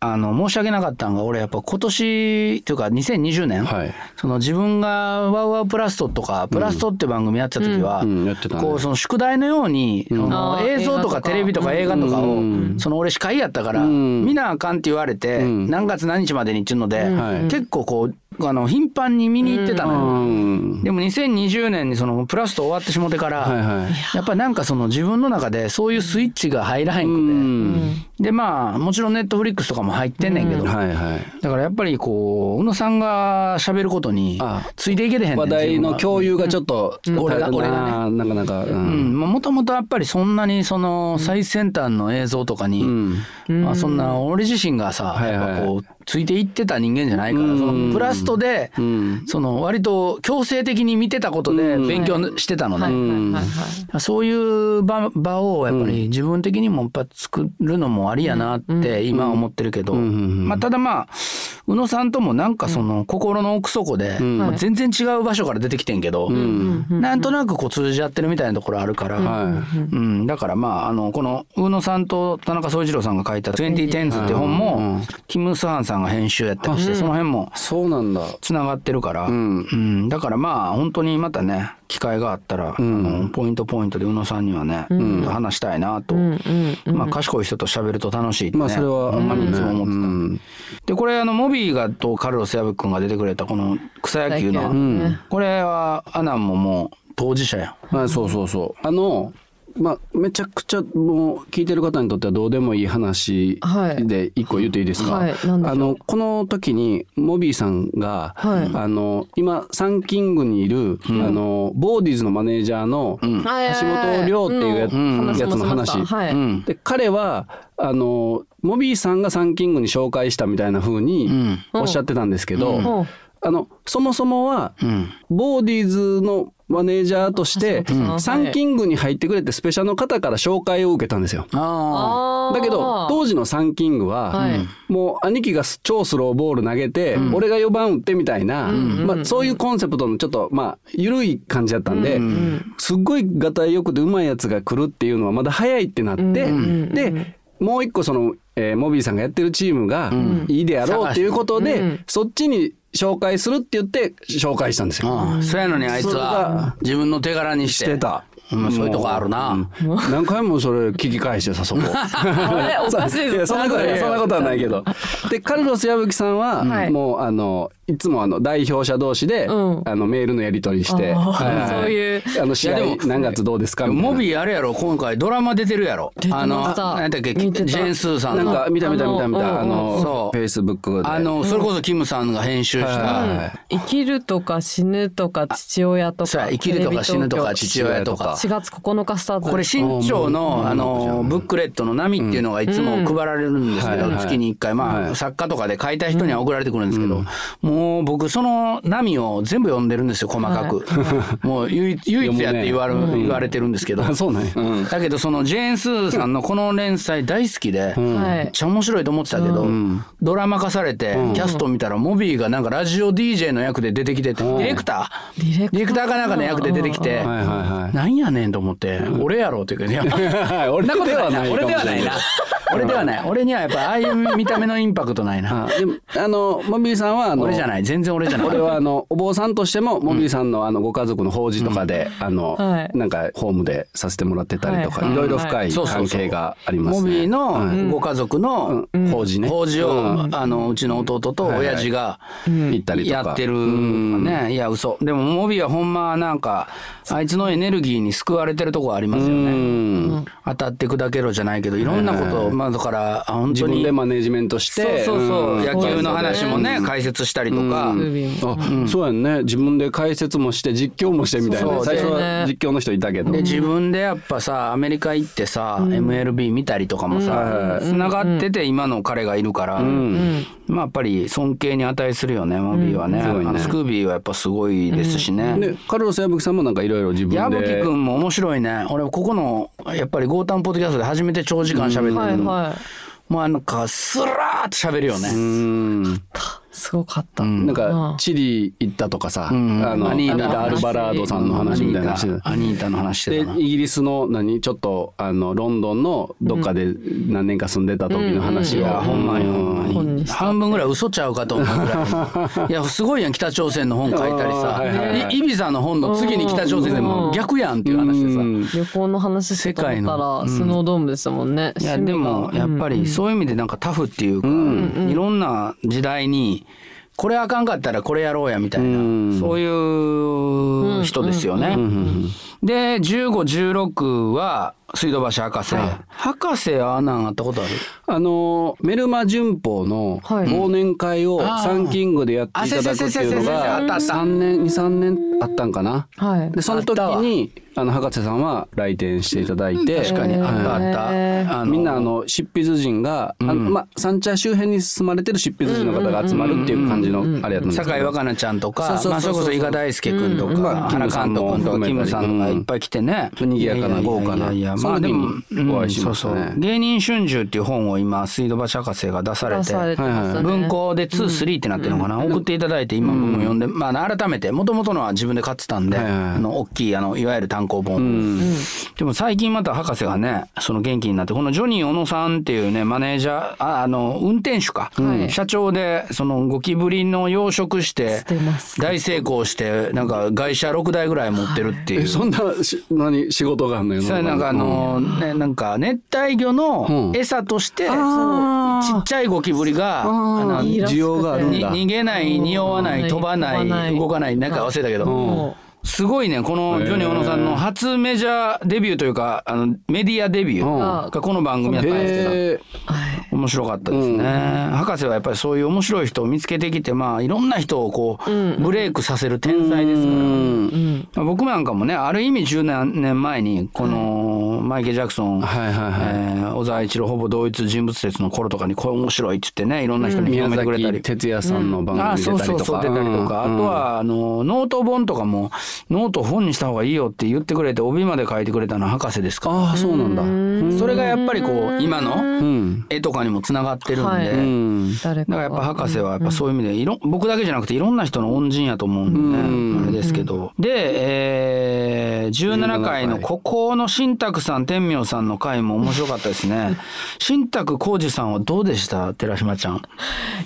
B: あの申し訳なかったんが俺やっぱ今年というか2020年、
D: はい
B: その自分が「ワウワウプラスト」とか「プラスト」って番組やってた時は、
D: うんうんやってたね
B: こうその宿題のように、その
C: あー
B: 映像と
C: 映画と
B: か
C: か
B: テレビとか映画とかを、その俺司会やったから、
D: ん
B: 見なあかんって言われて、
D: ん
B: 何月何日までにっていうので、
D: はい
B: 結構こうあの頻繁に見に行ってたのよ。
D: うん
B: でも2020年にそのプラスト終わってしもてから、
D: はいはい
B: やっぱりなんかその自分の中でそういうスイッチが入らへん
D: う
B: くて、
D: ん
B: でまあもちろんネットフリックスとかも入ってんねんけど、
D: はいはい
B: だからやっぱりこう宇野さんが喋ることに
D: あ
B: ついていけれへんねん
D: 話題
B: 自分
D: の
B: は
D: 共有がちょっと
B: ん俺が俺が
D: ねなかなかう
B: うんんまあもともとやっぱりそんなにその最先端の映像とかに、まあ、そんな俺自身がさ、
D: はいはい
B: やっぱこうついていってた人間じゃないから、
D: うん
B: そのプラストで、
D: うん
B: その割と強制的に見てたことで
D: うん
B: 勉強してたのね。
C: はいはいはいはい
B: そういう場場をやっぱり自分的にもやっぱ作るのもありやなって今思ってるけど、
D: うんうん
B: まあ、ただまあ宇野さんともなんかその心の奥底で、
D: ん
B: まあ全然違う場所から出てきてんけど、
D: うん
B: なんとなくこう通じ合ってるみたいなところあるから、
D: はい
B: うん、だからまああのこの宇野さんと田中総一郎さんが書いた「2010s」って本も、
D: うん
B: キム・スハンさんが編集やったりして、その辺も
D: そうなんだ
B: つながってるから、
D: ん
B: うんだからまあ本当にまたね機会があったら、あのポイントポイントで宇野さんにはね、話したいなと、
C: うんうんうん
B: まあ、賢い人と喋ると楽しいって、ね
D: まあそれは
B: ほんまにいつも思ってた。
D: 思っ
B: でこれあのモビーがとカルロス・ヤブ君が出てくれたこの草野球の、
C: 草野球うん
B: これはアナンももう当事者やん。
D: たはいそうそうそうあのまあめちゃくちゃもう聞いてる方にとってはどうでもいい話
C: はい
D: で一個言っていいですか
C: はいなんでしょう
D: あのこの時にモビーさんが
C: はい
D: あの今サンキングにいるあのボーディーズのマネージャーの
B: うん
C: はいはい
D: 橋
C: はい
D: 本涼っていうやつ
C: ん
D: やつの
C: 話し
D: 話
C: ましたはい
B: うん
D: で彼はあのモビーさんがサンキングに紹介したみたいな風
B: う
D: に
B: ん
D: おっしゃってたんですけど、
C: うん
D: あのそもそもは
B: うん
D: ボーディーズのマネージャーとして、
C: うん
D: うんサンキングに入ってくれてスペシャルの方から紹介を受けたんですよ。
B: あ
C: あー
D: だけど当時のサンキングは、
C: はい
D: もう兄貴が超スローボール投げて、俺が4番打ってみたいな、まあ、そういうコンセプトのちょっとまあ緩い感じだったんで、すっごいがたいよくてうまいやつが来るっていうのはまだ早いってなって、でもう一個その、えーモビーさんがやってるチームがいいであろうっていうことで、そっちに紹介するって言って紹介したんですよ。
B: あ、うん、そやのにあいつ
D: それ
B: は
D: が
B: 自分の手柄にし
D: しててた。
B: うんそういうとこあるな、
D: うん何回もそれ聞き返してさそこ
C: あれお かしい
D: いやそんなことはそんなことはないけどでカルロス矢吹さんは、
C: はい
D: もうあのいつもあの代表者同士で、
C: うん
D: あのメールのやり取りして、
C: あー
D: はいはい
C: そういう
D: あの試合
B: いやでも
D: 何月どうですかみたいな
B: モビーあれやろ今回ドラマ出てるやろ
C: てま
B: あの
C: した
B: なんだっけジ
C: 見てた
B: ェーン・スーさん
D: なん
B: の
D: か見た見た見た見た
C: あ
D: あ
C: の
B: うんうん
D: の
B: そう
D: フェイスブックで
B: あのそれこそキムさんが編集し
D: はい
B: た
C: 生きるとか死ぬとか父親と
B: そう
C: か
B: や生きるとか死ぬとか
C: テレビ東
B: 父親とか
C: 京4月9日スタート
B: これ新潮の
D: あ
B: あ
D: もう
B: のブックレットの波っていうのがいつも配られるんですけ
D: う
B: ど
D: んはい
B: 月に1回ま
D: は
B: あ
D: い
B: 作家とかで書いた人には送られてくるんですけどもう僕その波を全部読んでるんですよ細かく もう唯一唯一やって言われ言われてるんですけど
D: あそうなんや、
B: だけどそのジェーン・スーさんのこの連載大好きで。
C: は
B: めっ
C: い
B: ちゃ面白いと思ってたけど、ドラマ化されて、キャスト見たらモビーがなんかラジオ DJ の役で出てきてて、ディレクター
C: ディレクター
B: ディレクターかなんかの役で出てきて、
D: はいはいはい
B: なんやねんと思って、俺やろうって言うけど、いや
D: 俺
B: そ んなこと
D: では
B: な
D: ないい
B: な俺ではないな俺ではない俺にはやっぱああいう見た目のインパクトないな
D: あでもあのモビーさんはあの
B: 俺じゃない全然俺じゃない
D: 俺はあのお坊さんとしてもモビーさんのあのご家族の法事とかで、あの
C: はい
D: なんかホームでさせてもらってたりとか、
C: はい
D: い、ろいろ
C: は
D: 深
B: い
D: い
B: そうそう
D: 関
B: そう
D: 係がありますね。
B: モビーのご家族の
D: うん法事ね、
B: 法事
D: う
B: を
D: ん
B: あのうちの弟と親父が
D: 行ったりとか
B: やってる
D: うん
B: ねいや嘘でもモビーはほんまなんかあいつのエネルギーに救われてるとこありますよ
D: う
B: ね
D: ん
B: 当たって砕けろじゃないけどいろんなことまあだからあ本
D: 自
B: 当
D: 分
B: に
D: でマネジメントし
B: そう
D: て
B: そうそう
D: うん
B: 野球の話もね解説したりとか
C: ムービーも
D: あ、そうやんね自分で解説もして実況もしてみたい
B: そ
D: な
B: う
D: 最初は実況の人いたけど
B: で自分でやっぱさアメリカ行ってさ、MLB 見たりとかもさつな、がってて今の彼がいるから、まあやっぱり尊敬に値するよねモビーはね,、
D: すごいね
B: あのスクービーはやっぱすごいですしね。
D: でカルロス矢吹さんもなんかいろいろ自分で
B: 矢吹君も面白いね俺ここのやっぱり「ゴータンポッドキャスト」で初めて長時間喋ってる
C: は
B: け
C: い
B: ど、
C: は
B: もうなんかスラーって喋るよね
D: うん
C: いすごかった。
B: うん
D: なん
C: う
D: か
C: ん
D: チリ行ったとかさ、
B: うん
D: あの
B: ア
D: ア
B: ニ
D: ニ
B: ー
D: ー
B: タの話
D: タ・アルバラードさんの話みたいな話で
B: アニータの話してたな
D: でイギリスの何ちょっとあのロンドンのどっかで何年か住んでた時の話
B: い
D: を、
B: やほんまにほんま
C: 本
B: に
C: にした
B: 半分ぐらい嘘ちゃうかと思うぐ らいいやすごいやん北朝鮮の本書いたりさ、
D: あーはいはいはい
B: いイビザの本の次に北朝鮮でも逆やんっていう話でさ、
D: うん
C: 旅行の話してたと思った
B: 世界のう
C: ら
B: ん
C: スノードームでしたもんね。
B: いや
C: 趣
B: で
C: 味が
B: もやっぱりそういう意味でなんかタフっていうか、いろんな時代にこれあかんかったらこれやろうやみたいな、
D: うん
B: そういう人ですよね。で1516は水道橋博士、博士はあんなんあったことある
D: あのメルマ旬報の
C: はい
D: 忘年会を
B: んあー
D: サンキングでやっていただくっていうの
B: あそうそうそうそうそうあったあ
D: が
B: った
D: 3年23年あったんかな
C: はい。
D: でその時にあの博士さんは来店していただいて
B: 確かにあったあった、
C: へー
B: あの
D: みんなあの執筆人が、あのまあ、三茶周辺に住まれてる執筆人の方が集まるっていう感じのあれやったんですけど
B: 酒井若菜ちゃんとか
D: そうそうそうそう
B: まあそれこそ伊賀大輔君とか、
D: まあキ
B: 花
D: ムさん
B: 監
D: も
B: 督とかキムさんが
D: 含めたり
B: いっぱい来てね
D: 賑やかない
B: い豪華ない
D: いやいや
B: まあでも
D: その時にお会いしましたね
B: うんそうそう芸人春秋っていう本を今水道橋博士が出され
C: 出
B: て
C: されてますね
B: 文庫で23ってなってるのかな、送っていただいて今僕も読んで、まあ、改めてもともとのは自分で買ってたんで、
D: はいはい
B: あの大きいあのいわゆる単行本、でも最近また博士がねその元気になってこのジョニー小野さんっていうねマネージャーああの運転手か、
C: はい
B: 社長でそのゴキブリの養殖して
C: してます
B: 大成功してなんか外車6台ぐらい持ってるっていう。
D: えそんなし何仕事があんのよ
B: それなんかあの、ね、なんか熱帯魚の
D: うん
B: 餌として、
D: あー
B: そうちっちゃいゴキブリがあの
C: いいらしくて
D: 需要があるん
B: に
D: だ
B: 逃げない匂わない飛ばな
C: 飛ばないい
B: 動かないなんか忘れたけ
C: うん
B: どすごいねこのジョニー小野さんの初メジャーデビューというかあのメディアデビューがこの番組だったんですけど。
D: へえ
C: はい。
B: 面白かったですね、博士はやっぱりそういう面白い人を見つけてきてまあいろんな人をこう、ブレイクさせる天才ですから、まあ僕なんかもねある意味10年前にこのマイケル・ジャクソン、
D: はいはいはい、
B: えー小沢一郎ほぼ同一人物説の頃とかにこれ面白いって言ってねいろんな人に
D: 宮
B: 広めてくれたり
D: 崎。哲也さんの番
B: あ
D: 組
B: そう
D: 出た
B: そ
D: り
B: う
D: と
B: そう
D: か
B: 出たりとか、あと
D: うん
B: はあのノート本とかもノート本にした方がいいよって言ってくれて帯まで書いてくれたのは博士ですか
D: ああそうなんだ
B: らそれがやっぱりこう今の
D: うん
B: 絵とかにもつながってるんで、
C: は
D: う
C: い
D: ん
B: だか
C: 誰か
B: ら
C: が
B: やっぱ博士はやっぱそういう意味でいろん僕だけじゃなくていろんな人の恩人やと思うんでね、あれですけどで、えー、17回のここの新宅さん天明さんの回も面白かったです ね新宅浩二さんはどうでした寺島ちゃん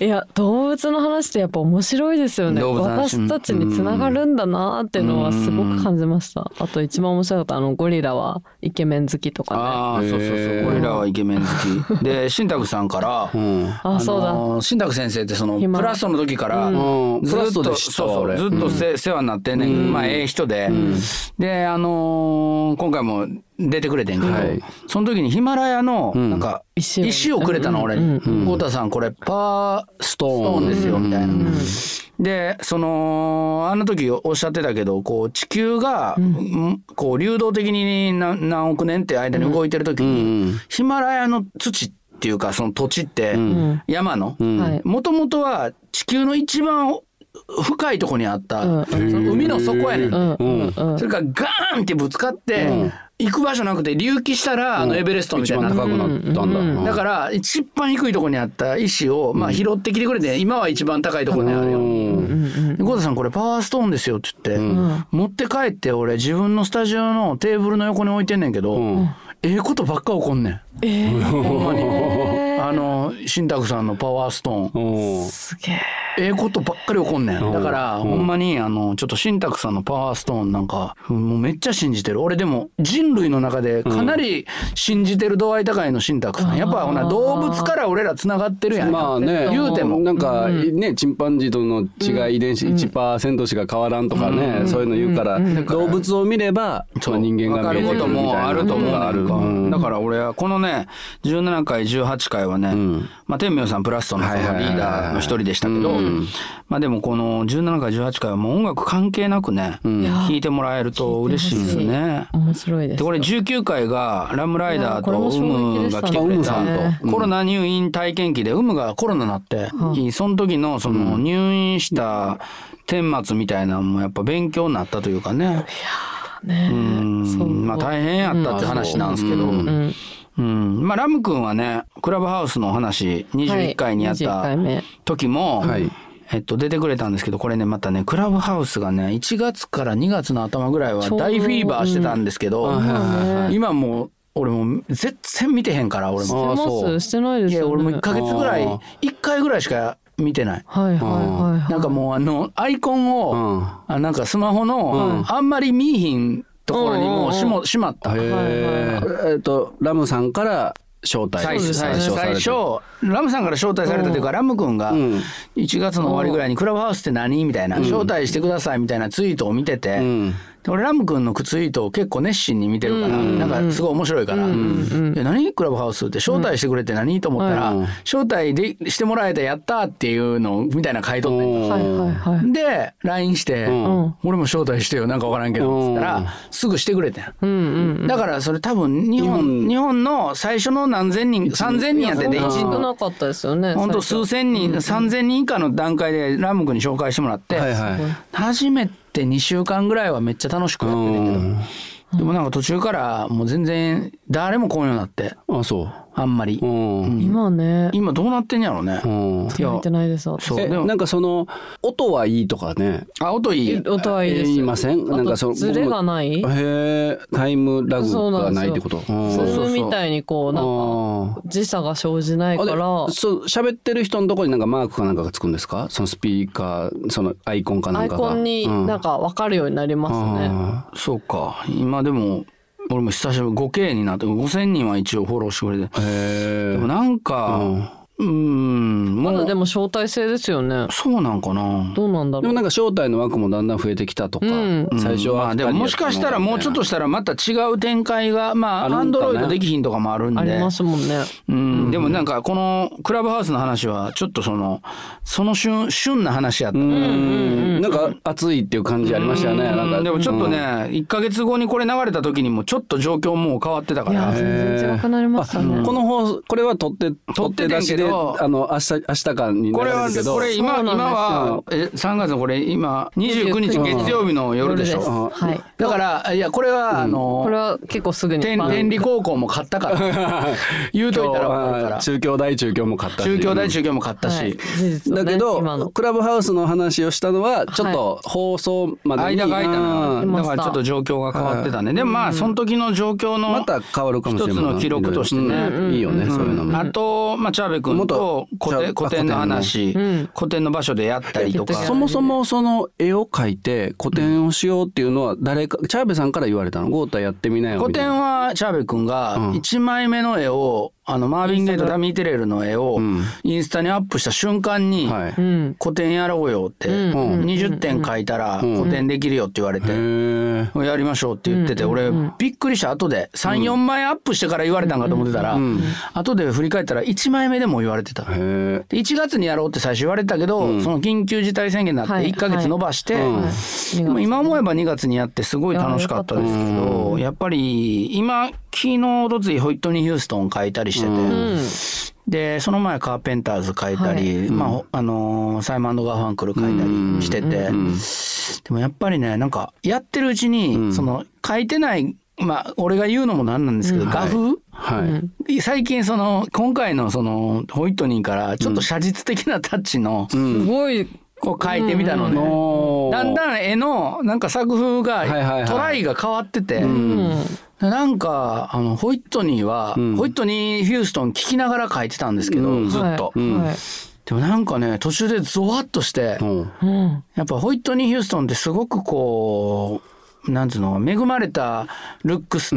C: いや動物の話ってやっぱ面白いですよね
B: 動物の話
C: 私たちにつながるんだなーっていうのはすごく感じましたあと一番面白かったあのゴリラはイケメン好きとかね
B: ああそうそうそう
D: へー
B: 俺らはイケメン好 きで新宅さんから、
D: うん
C: あそうだ
B: のー新宅先生ってその
C: 暇
B: プラストの時から、
D: うん
B: ず
D: プラ
B: っ
D: スト
B: と
D: で知ったわ
B: そう
D: 俺
B: そうずっとせ、世話になってんねんまあええ人で、であのー今回も出てくれてんけど、
D: はい
B: その時にヒマラヤのなんか
C: 石を
B: 石をくれたの俺に「
C: う
B: 太田さんこれパーストーンですよ」みたいな。でそのあの時おっしゃってたけどこう地球が、んこう流動的に何何億年って間に動いてる時に、ヒマラヤの土っていうかその土地って、
C: ん
B: 山の。
C: はい
B: もともとは地球の一番深いとこにあった、
C: うん
B: その海の底やねん、
C: うんうんうん
B: それからガーンってぶつかって、行く場所なくて隆起したらあのエベレストみ
D: 一
B: たいに
D: 番
B: なった、
D: 高くなったんだ、うん
B: だから一番低いとこにあった石を、まあ、拾ってきてくれて今は一番高いとこにあるよ。でゴータさんこれパワーストーンですよって言って、持って帰って俺自分のスタジオのテーブルの横に置いてんねんけど、ええことばっか起こんねん。ほんまにあの新宅さんのパワーストーン
D: おー
C: すげえ
B: ええことばっかり起こんねんだからほんまにあのちょっと新宅さんのパワーストーンなんかもうめっちゃ信じてる俺でも人類の中でかなり信じてる度合い高いの新宅さんやっぱほな動物から俺らつながってるやん
D: まあね
B: 言うても
D: なんかねチンパンジーとの違い遺伝子1%しか変わらんとかねそういうの言うから動物を見ればまあ人間
B: わ
D: が
B: か
D: 見え
B: る
D: て
B: こと
D: くるみたい
B: も
D: な
B: あると思う
D: のがあるうん
B: だから俺はこのね17回18回はね、まあ、天明さんプラストのそのリ
D: はいはいはいはい
B: ーダーの一人でしたけど、まあ、でもこの17回18回はもう音楽関係なくね聴、聞いてもらえると嬉しいですね。
C: 面白いです
B: でこれ19回がラムライダーとウムが来てく
D: いやこれ
B: れ
D: も衝撃でしたねあウム
B: た
D: さんと
B: コロナ入院体験記でウムがコロナになって、その時のその入院した顛末みたいなのもやっぱ勉強になったというかね、
C: ね
B: う
C: そうん
B: まあ大変やったって話なんですけど、うんまあラム君はねクラブハウスの話
C: は
B: 21
C: い
B: 回にやっ
C: 21
B: た
C: 回目
B: 時も、
D: はい
B: えっと、出てくれたんですけど、これね、またね、クラブハウスがね、1月から2月の頭ぐらいは
C: ちょうど
B: 大フィーバーしてたんですけど、
D: うん
C: はい
B: 今もう、俺もう全然見てへんから、俺も。
C: して
D: あそ
C: ま
D: う
C: すしてないで
B: い
C: すよ、
B: や、
C: ね。
B: 俺も1ヶ月ぐらい、
D: あー
B: 1回ぐらいしか見てない。
C: はいはいはい、はい。
B: なんかもう、あの、アイコンを、
D: うん
B: あなんかスマホの、あんまり見えひんところにもうしも、しまった。
D: へええっとラムさんから招待
B: 最初、最
D: 最
B: 初、
D: 初さ
B: 最
D: れて
B: 初、ラムさんから招待されたというか、ラム君が、
D: うん
B: 1月の終わりぐらいに「クラブハウスって何?」みたいな「招待してください」みたいなツイートを見てて、
D: ん
B: で俺ラム君のツイートを結構熱心に見てるから、なんかすごい面白いから「いや何クラブハウス?」って招待してくれて何、と思ったら、
D: うん
B: 招待でしてもらえたやったーっていうのをみたいな書いとってん
C: はいはいはい。
B: で LINE して、
D: ん
B: 俺も招待してよなんかわからんけど」っつったら、
D: うん
B: すぐしてくれてん。
C: うんうん。
B: だからそれ多分日本日本の最初の何千人3千人やってて
C: そんな
B: 一
C: 少なかったですよね。
B: 本当
C: 最
B: 数
C: 初
B: 千人、3,000人以下の段階でラム君に紹介してもらって、
D: はいはい
B: 初めて2週間ぐらいはめっちゃ楽しくやってたけど、でもなんか途中からもう全然誰も来んようになって
D: あそ
B: あんまり、
D: ううん
C: 今ね、
B: 今どうなってんやろうね、
D: うん
B: い
C: 見
B: や
C: てないです私。
B: そう
D: え
B: でも
D: なんかその音はいいとかね
B: あ音いい
C: 音はいいです。
D: 言いませんなんかその
C: あとズレがな
D: へ
C: い。
D: えタイムラグ
C: そうな
D: が
C: んです
D: ない
C: よ
D: ってこと
C: ズ
B: そうそう
C: ームみたいにこうなんか
D: あー
C: 時差が生じない
D: あ
C: か
D: で
C: ら。
D: そう喋ってる人のところになんかマークかなんかがつくんですかそのスピーカーそのアイコンかな
C: ア
D: ん
C: イ
D: かが
C: コンになんか分かるようになりますね。
D: あ
B: そうか今でも俺も久しぶり 5K になって5,000人は一応フォローしてくれて
D: ーへ
B: でも
D: え
B: なんかうーん
C: ま
B: も
C: だ
B: う
C: でも招待制ですよね。
B: そうなんかな
C: どうなんだ
D: で
C: ろ
D: も
C: う。
D: なんか招待の枠もだんだん増えてきたとか、
C: うん
D: 最初は
B: まあでももしかしたらもうちょっとしたらまた違う展開がまあ
D: あるんか
B: ア
D: ね
B: ンドロイドできひんとかもあるん
C: あり
B: で
C: ますもんね。
B: うんでもなんかこのクラブハウスの話はちょっとそのその旬旬な話やった
D: うんなんか熱いっていう感じありましたよねなんか
B: でもちょっとね、1か月後にこれ流れた時にもちょっと状況もう変わってたか
C: いや
B: ら
C: 全然違くなりましたね。
D: この放送これは取って
B: 撮
D: 取
B: っ
D: って
B: てん
D: て出
B: け
D: しであ
B: ど
D: の明日明日間に
B: これは
D: 流るけど
B: これ今
C: そうなんです
B: 今
C: よ
B: はえ3月のこれ今29日月曜日の夜でし
C: 夜です
B: ょ。
C: はい。
B: だからいやこれはあの
C: これは結構すぐに
B: 天
C: バン
B: 天理高校も買ったから言うといたら分かるか
D: あ
B: ら
D: ー中京大中京も買ったし
B: 中京大中京も買った
C: はい
B: し、
C: 事実をね
D: だけ
C: 今の
D: どクラブハウスの話をしたのはちょっと放送までに、
B: 間が空いた
D: うん
B: な
C: ま
B: だ
C: し
B: か
C: た
B: らちょっと状況が変わってたねでもまあその時の状況の
D: また変わるかもしれない
B: 一つの記録としてね
D: うんいいよね、そういうのも、
B: あと、まあ、チャーベ君と古典
D: 元じゃあ
B: 古典の話
C: うん
B: 古典の場所でやったりとか
C: やって
D: そもそもその絵を描いて古典をしようっていうのは誰かチャーベさんから言われたのゴータやってみなよ
B: 古
D: みたい
B: 典
D: な
B: はチャーベ君が1枚目の絵をあのマーヴィン・ゲイト・ダミー・テレルの絵をインスタにアップした瞬間に
D: はい、
C: うん。
B: 古典やろうよって
D: ん
B: 20点描いたら古典できるよって言われて
D: へえ
B: やりましょうって言ってて、俺びっくりした後で34枚アップしてから言われたんかと思ってたら、後で振り返ったら1枚目でも言われてた。
D: へえ
B: で1月にやろうって最初言われてたけど、その緊急事態宣言になって
C: はい
B: 1ヶ月延ばして、
C: うん
B: もう今思えば2月にやってすごい楽しかったですけどやっぱり今昨日おとついホイットニー・ヒューストン書いたりしてて、でその前カーペンターズ書いたり、まああのーサイモンガーファンクル書いたりしてて、でもやっぱりねなんかやってるうちに、その書いてないまあ俺が言うのもなんなんですけど、画風、
D: はい、
B: 最近その今回のそのホイットニーからちょっと写実的なタッチの
C: すごい。
B: こう書いてみたのね、
D: おー
B: だんだん絵のなんか作風が、
D: いはいはい
B: トライが変わってて、
C: うん。
B: なんかあのホイットニーは、ホイットニー・ヒューストン聞きながら書いてたんですけど、ずっと、
C: はいはい
B: でもなんかね途中でゾワッとして、
D: うん
C: うん。
B: やっぱホイットニー・ヒューストンってすごくこうなんつうの恵まれたルックスと、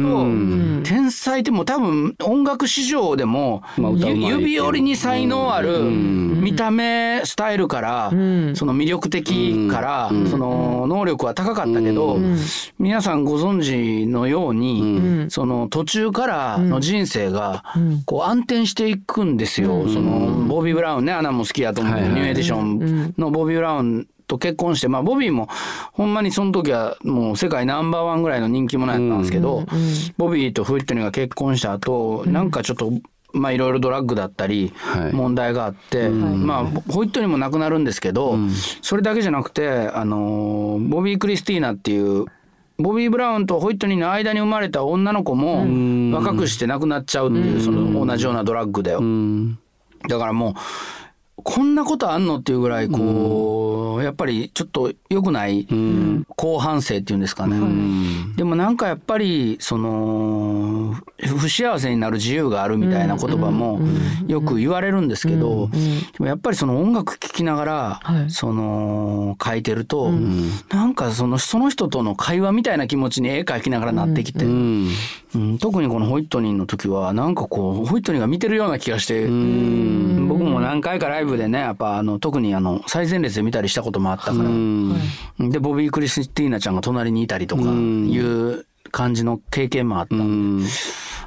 B: 天才ってもう多分音楽史上でも、
D: まあ歌うまいってい
B: ゆ
D: う
B: 指折りに才能ある見た目スタイルから、
C: ん
B: その魅力的から、その能力は高かったけど、皆さんご存知のように、その途中からの人生がこう暗転していくんですよ。そのボビー・ブラウンねアナも好きやと思う、
D: はいはい
B: ニューエディションのボビー・ブラウンと結婚して、まあ、ボビーもほんまにその時はもう世界ナンバーワンぐらいの人気者やったんですけど、ボビーとフリットニーが結婚した後なんかちょっと。まあいろいろドラッグだったり
D: はい
B: 問題があって、まあホイットニーも亡くなるんですけど、それだけじゃなくてあのーボビー・クリスティーナっていうボビー・ブラウンとホイットニーの間に生まれた女の子も若くして亡くなっちゃうっていうその同じようなドラッグで
D: うん
B: だからもうこんなことあんのっていうぐらいこう、やっぱりちょっと良くない後半生っていうんですかね、でもなんかやっぱりその不幸せになる自由があるみたいな言葉もよく言われるんですけど、でもやっぱりその音楽聴きながら、
C: はい
B: その書いてると、なんかそのその人との会話みたいな気持ちに絵描きながらなってきて、
D: うん
B: うん特にこのホイットニーの時はなんかこうホイットニーが見てるような気がして僕も何回かライブでねやっぱあの特にあの最前列で見たりしたこともあったから
D: うん
B: でボビー・クリスティーナちゃんが隣にいたりとか
D: ん
B: いう感じの経験もあった
D: うん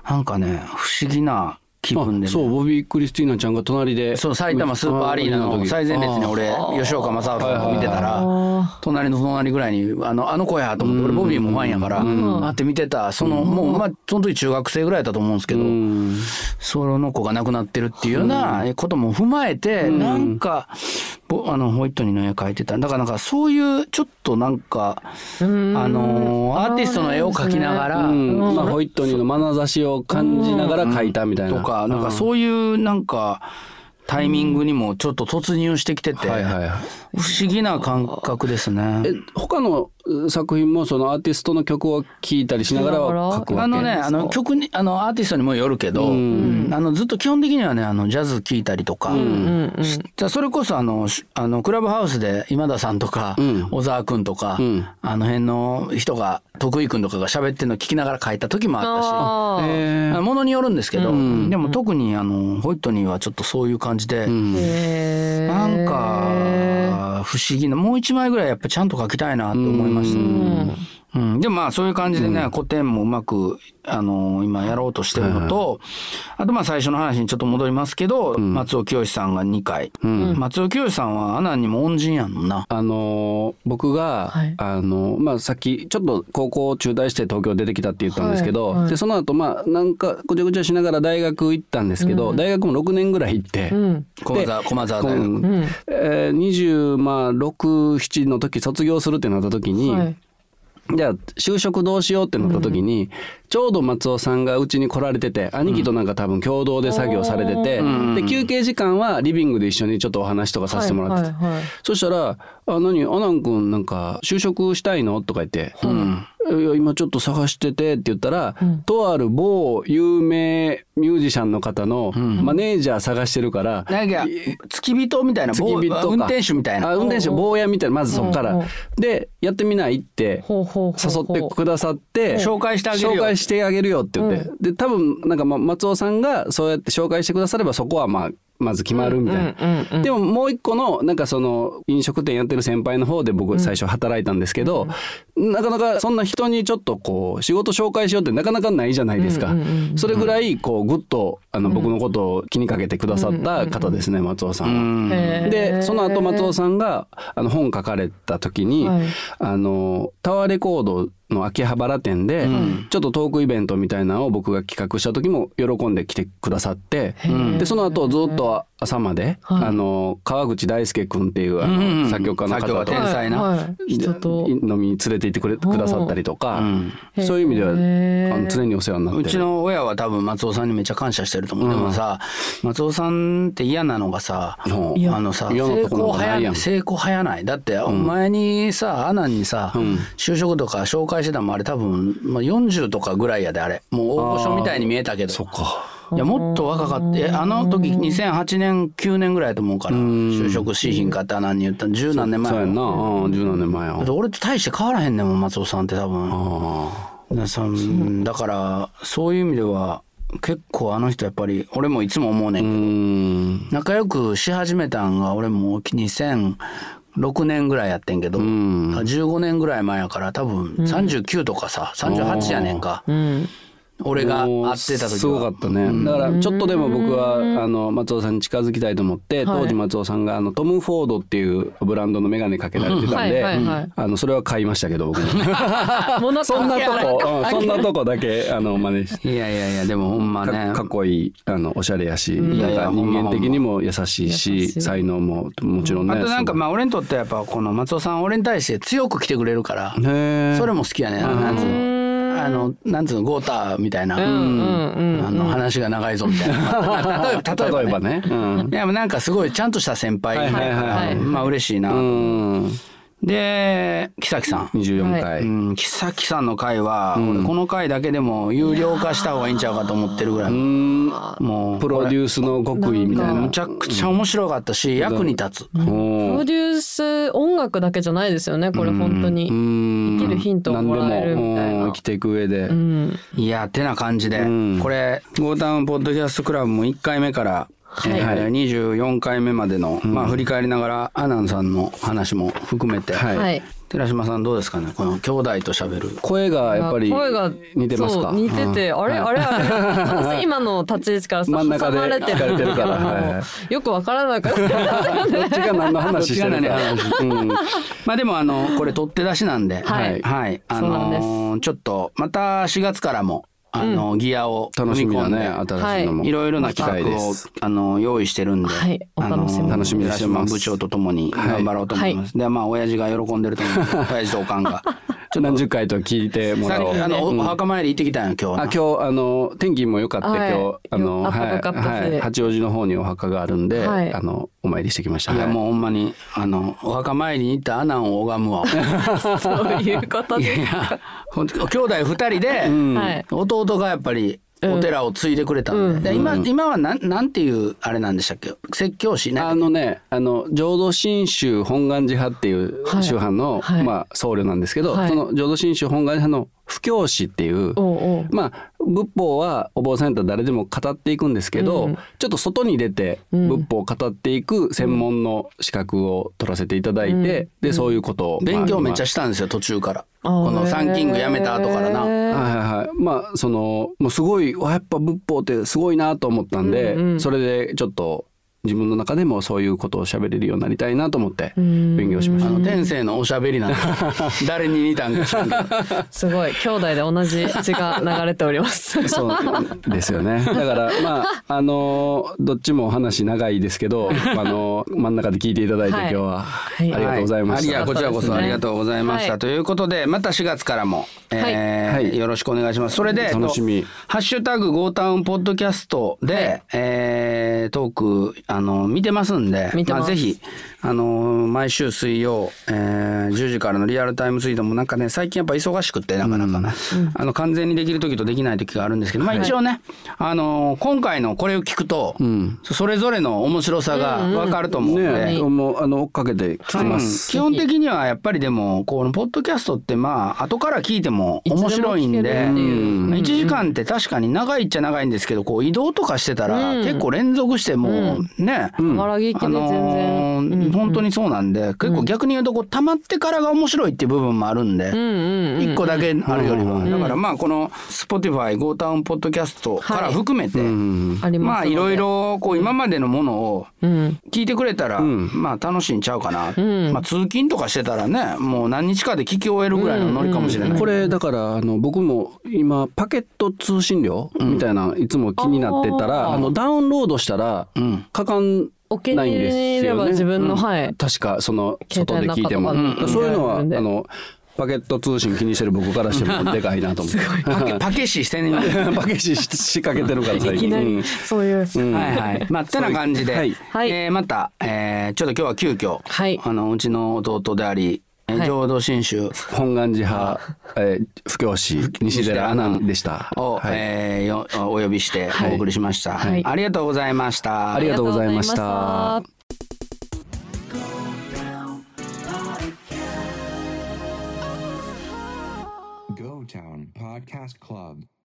B: なんかね不思議な気分で
D: あそう
B: ね
D: ボビー・クリスティーナちゃんが隣で
B: そう埼玉スーパーアリーナの最前列に俺吉岡正尚が見てたら
C: あ
B: 隣の隣ぐらいにあのあの子やと思って俺ボビーもファンやから会って見てたそのもうまあその時中学生ぐらいだと思うんですけど
D: うん
B: その子が亡くなってるっていうようなことも踏まえて、なんか、ぼあの、ホイットニーの絵描いてた。だからなんかそういう、ちょっとなんか、
C: あ
B: あのーアーティストの絵を描きながら、
D: うんまあ、ホイットニーの眼差しを感じながら描いたみたいな。
B: とか、なんかそういうなんか、タイミングにもちょっと突入してきてて、
D: はいはいはい。
B: 不思議な感覚ですね。
D: え他のう作品もそのアーティストの曲を聴いたりしながらは書くわけ
B: あのね、
C: ですか
B: あの曲に、あのアーティストにもよるけど、うんあのずっと基本的にはね、あのジャズ聴いたりとか、しじゃあそれこそあの、しあのクラブハウスで今田さんとか、小沢くんとか、
D: ん
B: あの辺の人が、徳井くんとかが喋ってるの聞きながら書いた時もあったし。
C: あー
D: え
B: あのものによるんですけど、でも特にあのホイットニーはちょっとそういう感じで、
C: へー
B: なんか不思議なもう一枚ぐらいやっぱちゃんと書きたいなと思いました、うんでもまあそういう感じでね、古典もうまく、あのー今やろうとしてるのと、あとまあ最初の話にちょっと戻りますけど、松尾清さんが2回、松尾清さんはアナにも恩人やもんな。
D: あのー僕が、
C: はい
D: あのーまあ、さっきちょっと高校を中退して東京出てきたって言ったんですけど、
C: はいはい
D: でその後まあなんかごちゃごちゃしながら大学行ったんですけど、大学も6年ぐらい行って、
C: うん
B: 駒沢駒沢
D: こう
B: 大学、
D: えー、267の時卒業するってなった時に、
C: はい
D: じゃあ就職どうしようってなった時に、ちょうど松尾さんがうちに来られてて兄貴となんか多分共同で作業されてて、で休憩時間はリビングで一緒にちょっとお話とかさせてもらってて、
C: はいはいはい
D: そしたら「あ何アナン君なんか就職したいの?」とか言って「いや今ちょっと探してて」って言ったら、とある某有名ミュージシャンの方のマネージャー探してるから、
B: なんか付き人みたいな
D: 付き人か
B: 運転手みたい
D: あ
B: な。
D: 運転手坊やみたいなまずそこから、
C: うんうん
D: でやってみないって
C: ほうほうほう
D: 誘
C: ほう
D: ってくださって
B: 紹介してあげるよ
D: 紹介してあげるよって言って、
C: う
D: で多分なんかま松尾さんがそうやって紹介してくださればそこはまあまず決まるみたいな、
C: うんうんうん
D: でももう一個のなんかその飲食店やってる先輩の方で僕最初働いたんですけど、なかなかそんな人にちょっとこう仕事紹介しようってなかなかないじゃないですか、それぐらいこうグッとあの僕のことを気にかけてくださった方ですね松尾さんは。
B: うん
C: へー
D: でその後松尾さんがあの本書かれた時に、
C: はい
D: あのタワーレコードの秋葉原店で、ちょっとトークイベントみたいなのを僕が企画した時も喜んで来てくださって、でその後ずっと朝まで、あの川口大輔君っていうあの、
B: うん
D: 作曲家の
B: 作曲家
D: 方と
B: 天才な
C: はいはい人と
D: 飲みに連れて行ってくれくださったりとか、そういう意味ではあ
C: へー
D: の常にお世話になって
B: う
D: る。
B: ちの親は多分松尾さんにめっちゃ感謝してると思う。でもさ、松尾さんって嫌なのがさ、あ
D: うん
B: のさ、
D: 嫌な
B: 成
D: とこな
B: 功
D: んか
B: 早
D: ないや
B: ない
D: ん
B: 成功早ない。だって、お前にさ、アナにさ、就職とか紹介してたのもあれ多分、まあ、40とかぐらいやで、あれ。もう大御所みたいに見えたけど。
D: そっか
B: いや、もっと若かって、えあの時2008年、9年ぐらいやと思うから、
D: ん
B: 就職しひんかった何言ったの十何年前
D: そう
B: や
D: やん
B: ろ
D: な、うん、十何年前や
B: だって俺と大して変わらへんねんもん松尾さんって多分
D: あ
B: なさんだからそういう意味では結構あの人やっぱり俺もいつも思うね
D: ーうんん
B: 仲良くし始めたんが俺も2006年ぐらいやってんけど、
D: ん
B: 15年ぐらい前やから多分39とかさ、38やねんか、
C: うん
B: 俺が会
D: もう
B: ってた時は
D: すごかったね、だからちょっとでも僕はあの松尾さんに近づきたいと思って、当時松尾さんがあのトム・フォードっていうブランドの眼鏡かけられてたんで、
C: はいはいはい
D: あのそれは買いましたけど僕も
C: もうなんか
D: そんなとこ、うんそんなとこだけあの真似して。
B: いやいやいやでもほんまね
D: かかっこいいあのおしゃれや
B: い
D: し、
B: や
D: ないん
B: や
D: か
B: ほんま
D: 人間的にも優しい
C: 優
D: し
C: しい
D: 才能ももちろんね
B: あとなんか
D: すごい
B: まあ俺にとってはやっぱこの松尾さん俺に対して強く来てくれるから
D: へー
B: それも好きやねんあのあのなんつうのゴーターみたいな、
C: うんうん
B: あの話が長いぞみたいな例えば例えばね
D: うん
B: いやなんかすごいちゃんとした先輩
D: はいはいはい
C: はい
B: まあ嬉しいな、
D: うん
B: で木崎さん
D: 24
B: う
D: 回
B: ん、木崎さんの回は、俺この回だけでも有料化した方がいいんちゃうかと思ってるぐらい、
D: うん
B: もう
D: プロデュースの極意みたい
B: む
D: な
B: ちゃくちゃ面白かったし、役に立つ、
C: プ
D: お
C: ロ
D: ー
C: デュース音楽だけじゃないですよねこれ本当に
D: うん
C: 生きるヒントをもらえるみたい
D: 何でもう
C: なん
D: 生きていく上で
C: うん
B: いやてな感じで、
D: うん
B: これ「ゴータウンポッドキャストクラブ」も1回目から、えー24回目までの、まあ、振り返りながらアナンさんの話も含めて、
D: はい
C: はい
B: 寺島さんどうですかねこの兄弟と喋る
D: 声がやっぱり
C: 声が
D: 似てますか
C: そう似てて、あれあれあれ私今の立ち位置からさ
D: 真ん中
C: 挟
D: で
C: まれて
D: 聞かれてるからはい
C: もうよくわからなかった
D: どっちが何の話してるか
B: どっち
D: うん
B: まあでもあのこれ取って出しなんで、
C: はい
B: はい、あ
C: そう
B: の
C: なんです
B: ーちょっとまた4月からもあのギアを
D: 楽しみだね
B: 組み込んで
D: 新しいのも
B: いろいろな企
D: 期
B: 画
D: 待
B: を
D: です
B: あの用意してるんで、
C: はいお
B: あの
C: 楽しみに
D: 楽しみにしてます
B: 部長とともに頑張ろうと思います。でまあ親父が喜んでると思うんで、 親父とおかんが。
D: 何十回と聞いてもらおう
B: さっきあのおお墓参り行ってきたんよ今日は。
D: あ今日あの天気も良かった、
C: はい
D: 今日あの
C: よかったよかった
D: はいはい、八王子の方にお墓があるんで、
C: はい
D: あのお参りしてきました。
B: いや
D: はい
B: もうほんまにあのお墓参りに行ったアナンを拝 むわ。
C: そういうこと
B: い
C: で
B: やいや本当兄弟2人で、
C: はい
B: 弟がやっぱりお寺を継いでくれたんで,、で今今はなんなんていうあれなんでしたっけ説教師ね
D: あのねあの浄土真宗本願寺派っていう
C: はい
D: 宗派の、
C: はい
D: まあ、僧侶なんですけど、
C: はい
D: その浄土真宗本願寺派の布教師っていう
C: おうおう
D: まあ仏法はお坊さんやったら誰でも語っていくんですけど、
C: うん
D: ちょっと外に出て
C: うん
D: 仏法を語っていく専門の資格を取らせていただいて、
C: うん
D: で、そういうことを
B: 勉強めっちゃ
D: し
B: したんですよ途中から
C: あー
B: このサンキングやめた後からな
D: て
C: へー
D: はいはいはいまあそのもうすごいわやっぱ仏法ってすごいなと思ったんで、
C: うんうん
D: それでちょっと自分の中でもそういうことを喋れるようになりたいなと思って
C: ん
D: 勉強しまし
B: あ
D: た。
B: の天性のおしゃべりなん で誰に似たんか知らんけど
C: すごい兄弟で同じ血が流れており ます。
D: そうですよね。だからまああのどっちもお話長いですけど、あの真ん中で聞いていただいて
C: はい
D: 今日はありがとうございま
B: は
D: した。
B: ありがこちらこそありがとうございました。
C: はい
B: ということで、また4月からも、えー
D: はい
B: よろしくお願いします。それで、
D: 楽しみ
B: えっとハッシュタグゴータウンポッドキャストで、えートーク、あの、見てますんで、
C: 見てます
B: ぜひ、あの、毎週水曜、えー10時からのリアルタイムツイートもなんかね、最近やっぱ忙しくって、なかなかね、あの、完全にできる時とできない時があるんですけど、まあ一応ね、あの、今回のこれを聞くと、それぞれの面白さがわかると思うんで、
D: ね、もうあの追っかけて聞きます。
B: 基本的にはやっぱりでもこのポッドキャストってまあ後から聞いても面白いんで
C: いつでも聞けるっていう
B: 1時間って確かに長いっちゃ長いんですけどこう移動とかしてたら
C: うん
B: 結構連続してもうね、
C: わらぎきで
B: あ
C: 全
B: の
C: 然。
B: ー本当にそうなんで結構逆に言うとこう溜まってからが面白いっていう部分もあるんで。
C: うんうんうん。
B: 一個だけあるよりは、
D: うん
B: だからまあこの Spotify ゴータウンポッドキャストから含めて、
D: うん
C: あり
B: ま
C: ま
B: あ
C: すので。
B: いろい。ろこう今までのものを
C: うん。
B: 聞いてくれたら、
D: ん
B: まあ楽しいんちゃうかな、
C: ん
B: まあ通勤とかしてたらねもう何日かで聞き終えるぐらいのノリかもしれない、
D: これだからあの僕も今パケット通信料みたいなのいつも気になってたら、
C: あー
D: あのダウンロードしたら
B: うん
D: かかん
C: お気に
D: ないん
C: 入
D: で
C: りにい
D: す
C: れ
D: よ
C: ば
D: ね。
C: 自分の、
D: うん
C: はい。
D: 確かその外で聞いても
C: 携帯の中とかに
D: そういうのはあ
C: うん
D: のパケット通信気にしてる僕からし てもでかいなと思って
B: パケパケシしてね
D: パケし仕掛けてるから最
C: いき
D: 近
C: な
D: う
C: り
D: ん
C: そういう。
D: うん
B: はいはいまあてな感じで、
D: はい
C: はい
B: えーまた、えーちょっと今日は急遽、
C: はい
B: あのうちの弟であり、えー
C: はい
B: 浄土真宗
D: 本願寺派えー布教師西寺アナンでした
B: を、
D: はい
B: えーよお呼びしてお送りしました、
C: はい
B: ありがとうございました
D: ありがとうございました
C: ありがとうございました。
A: Go Town Podcast Club.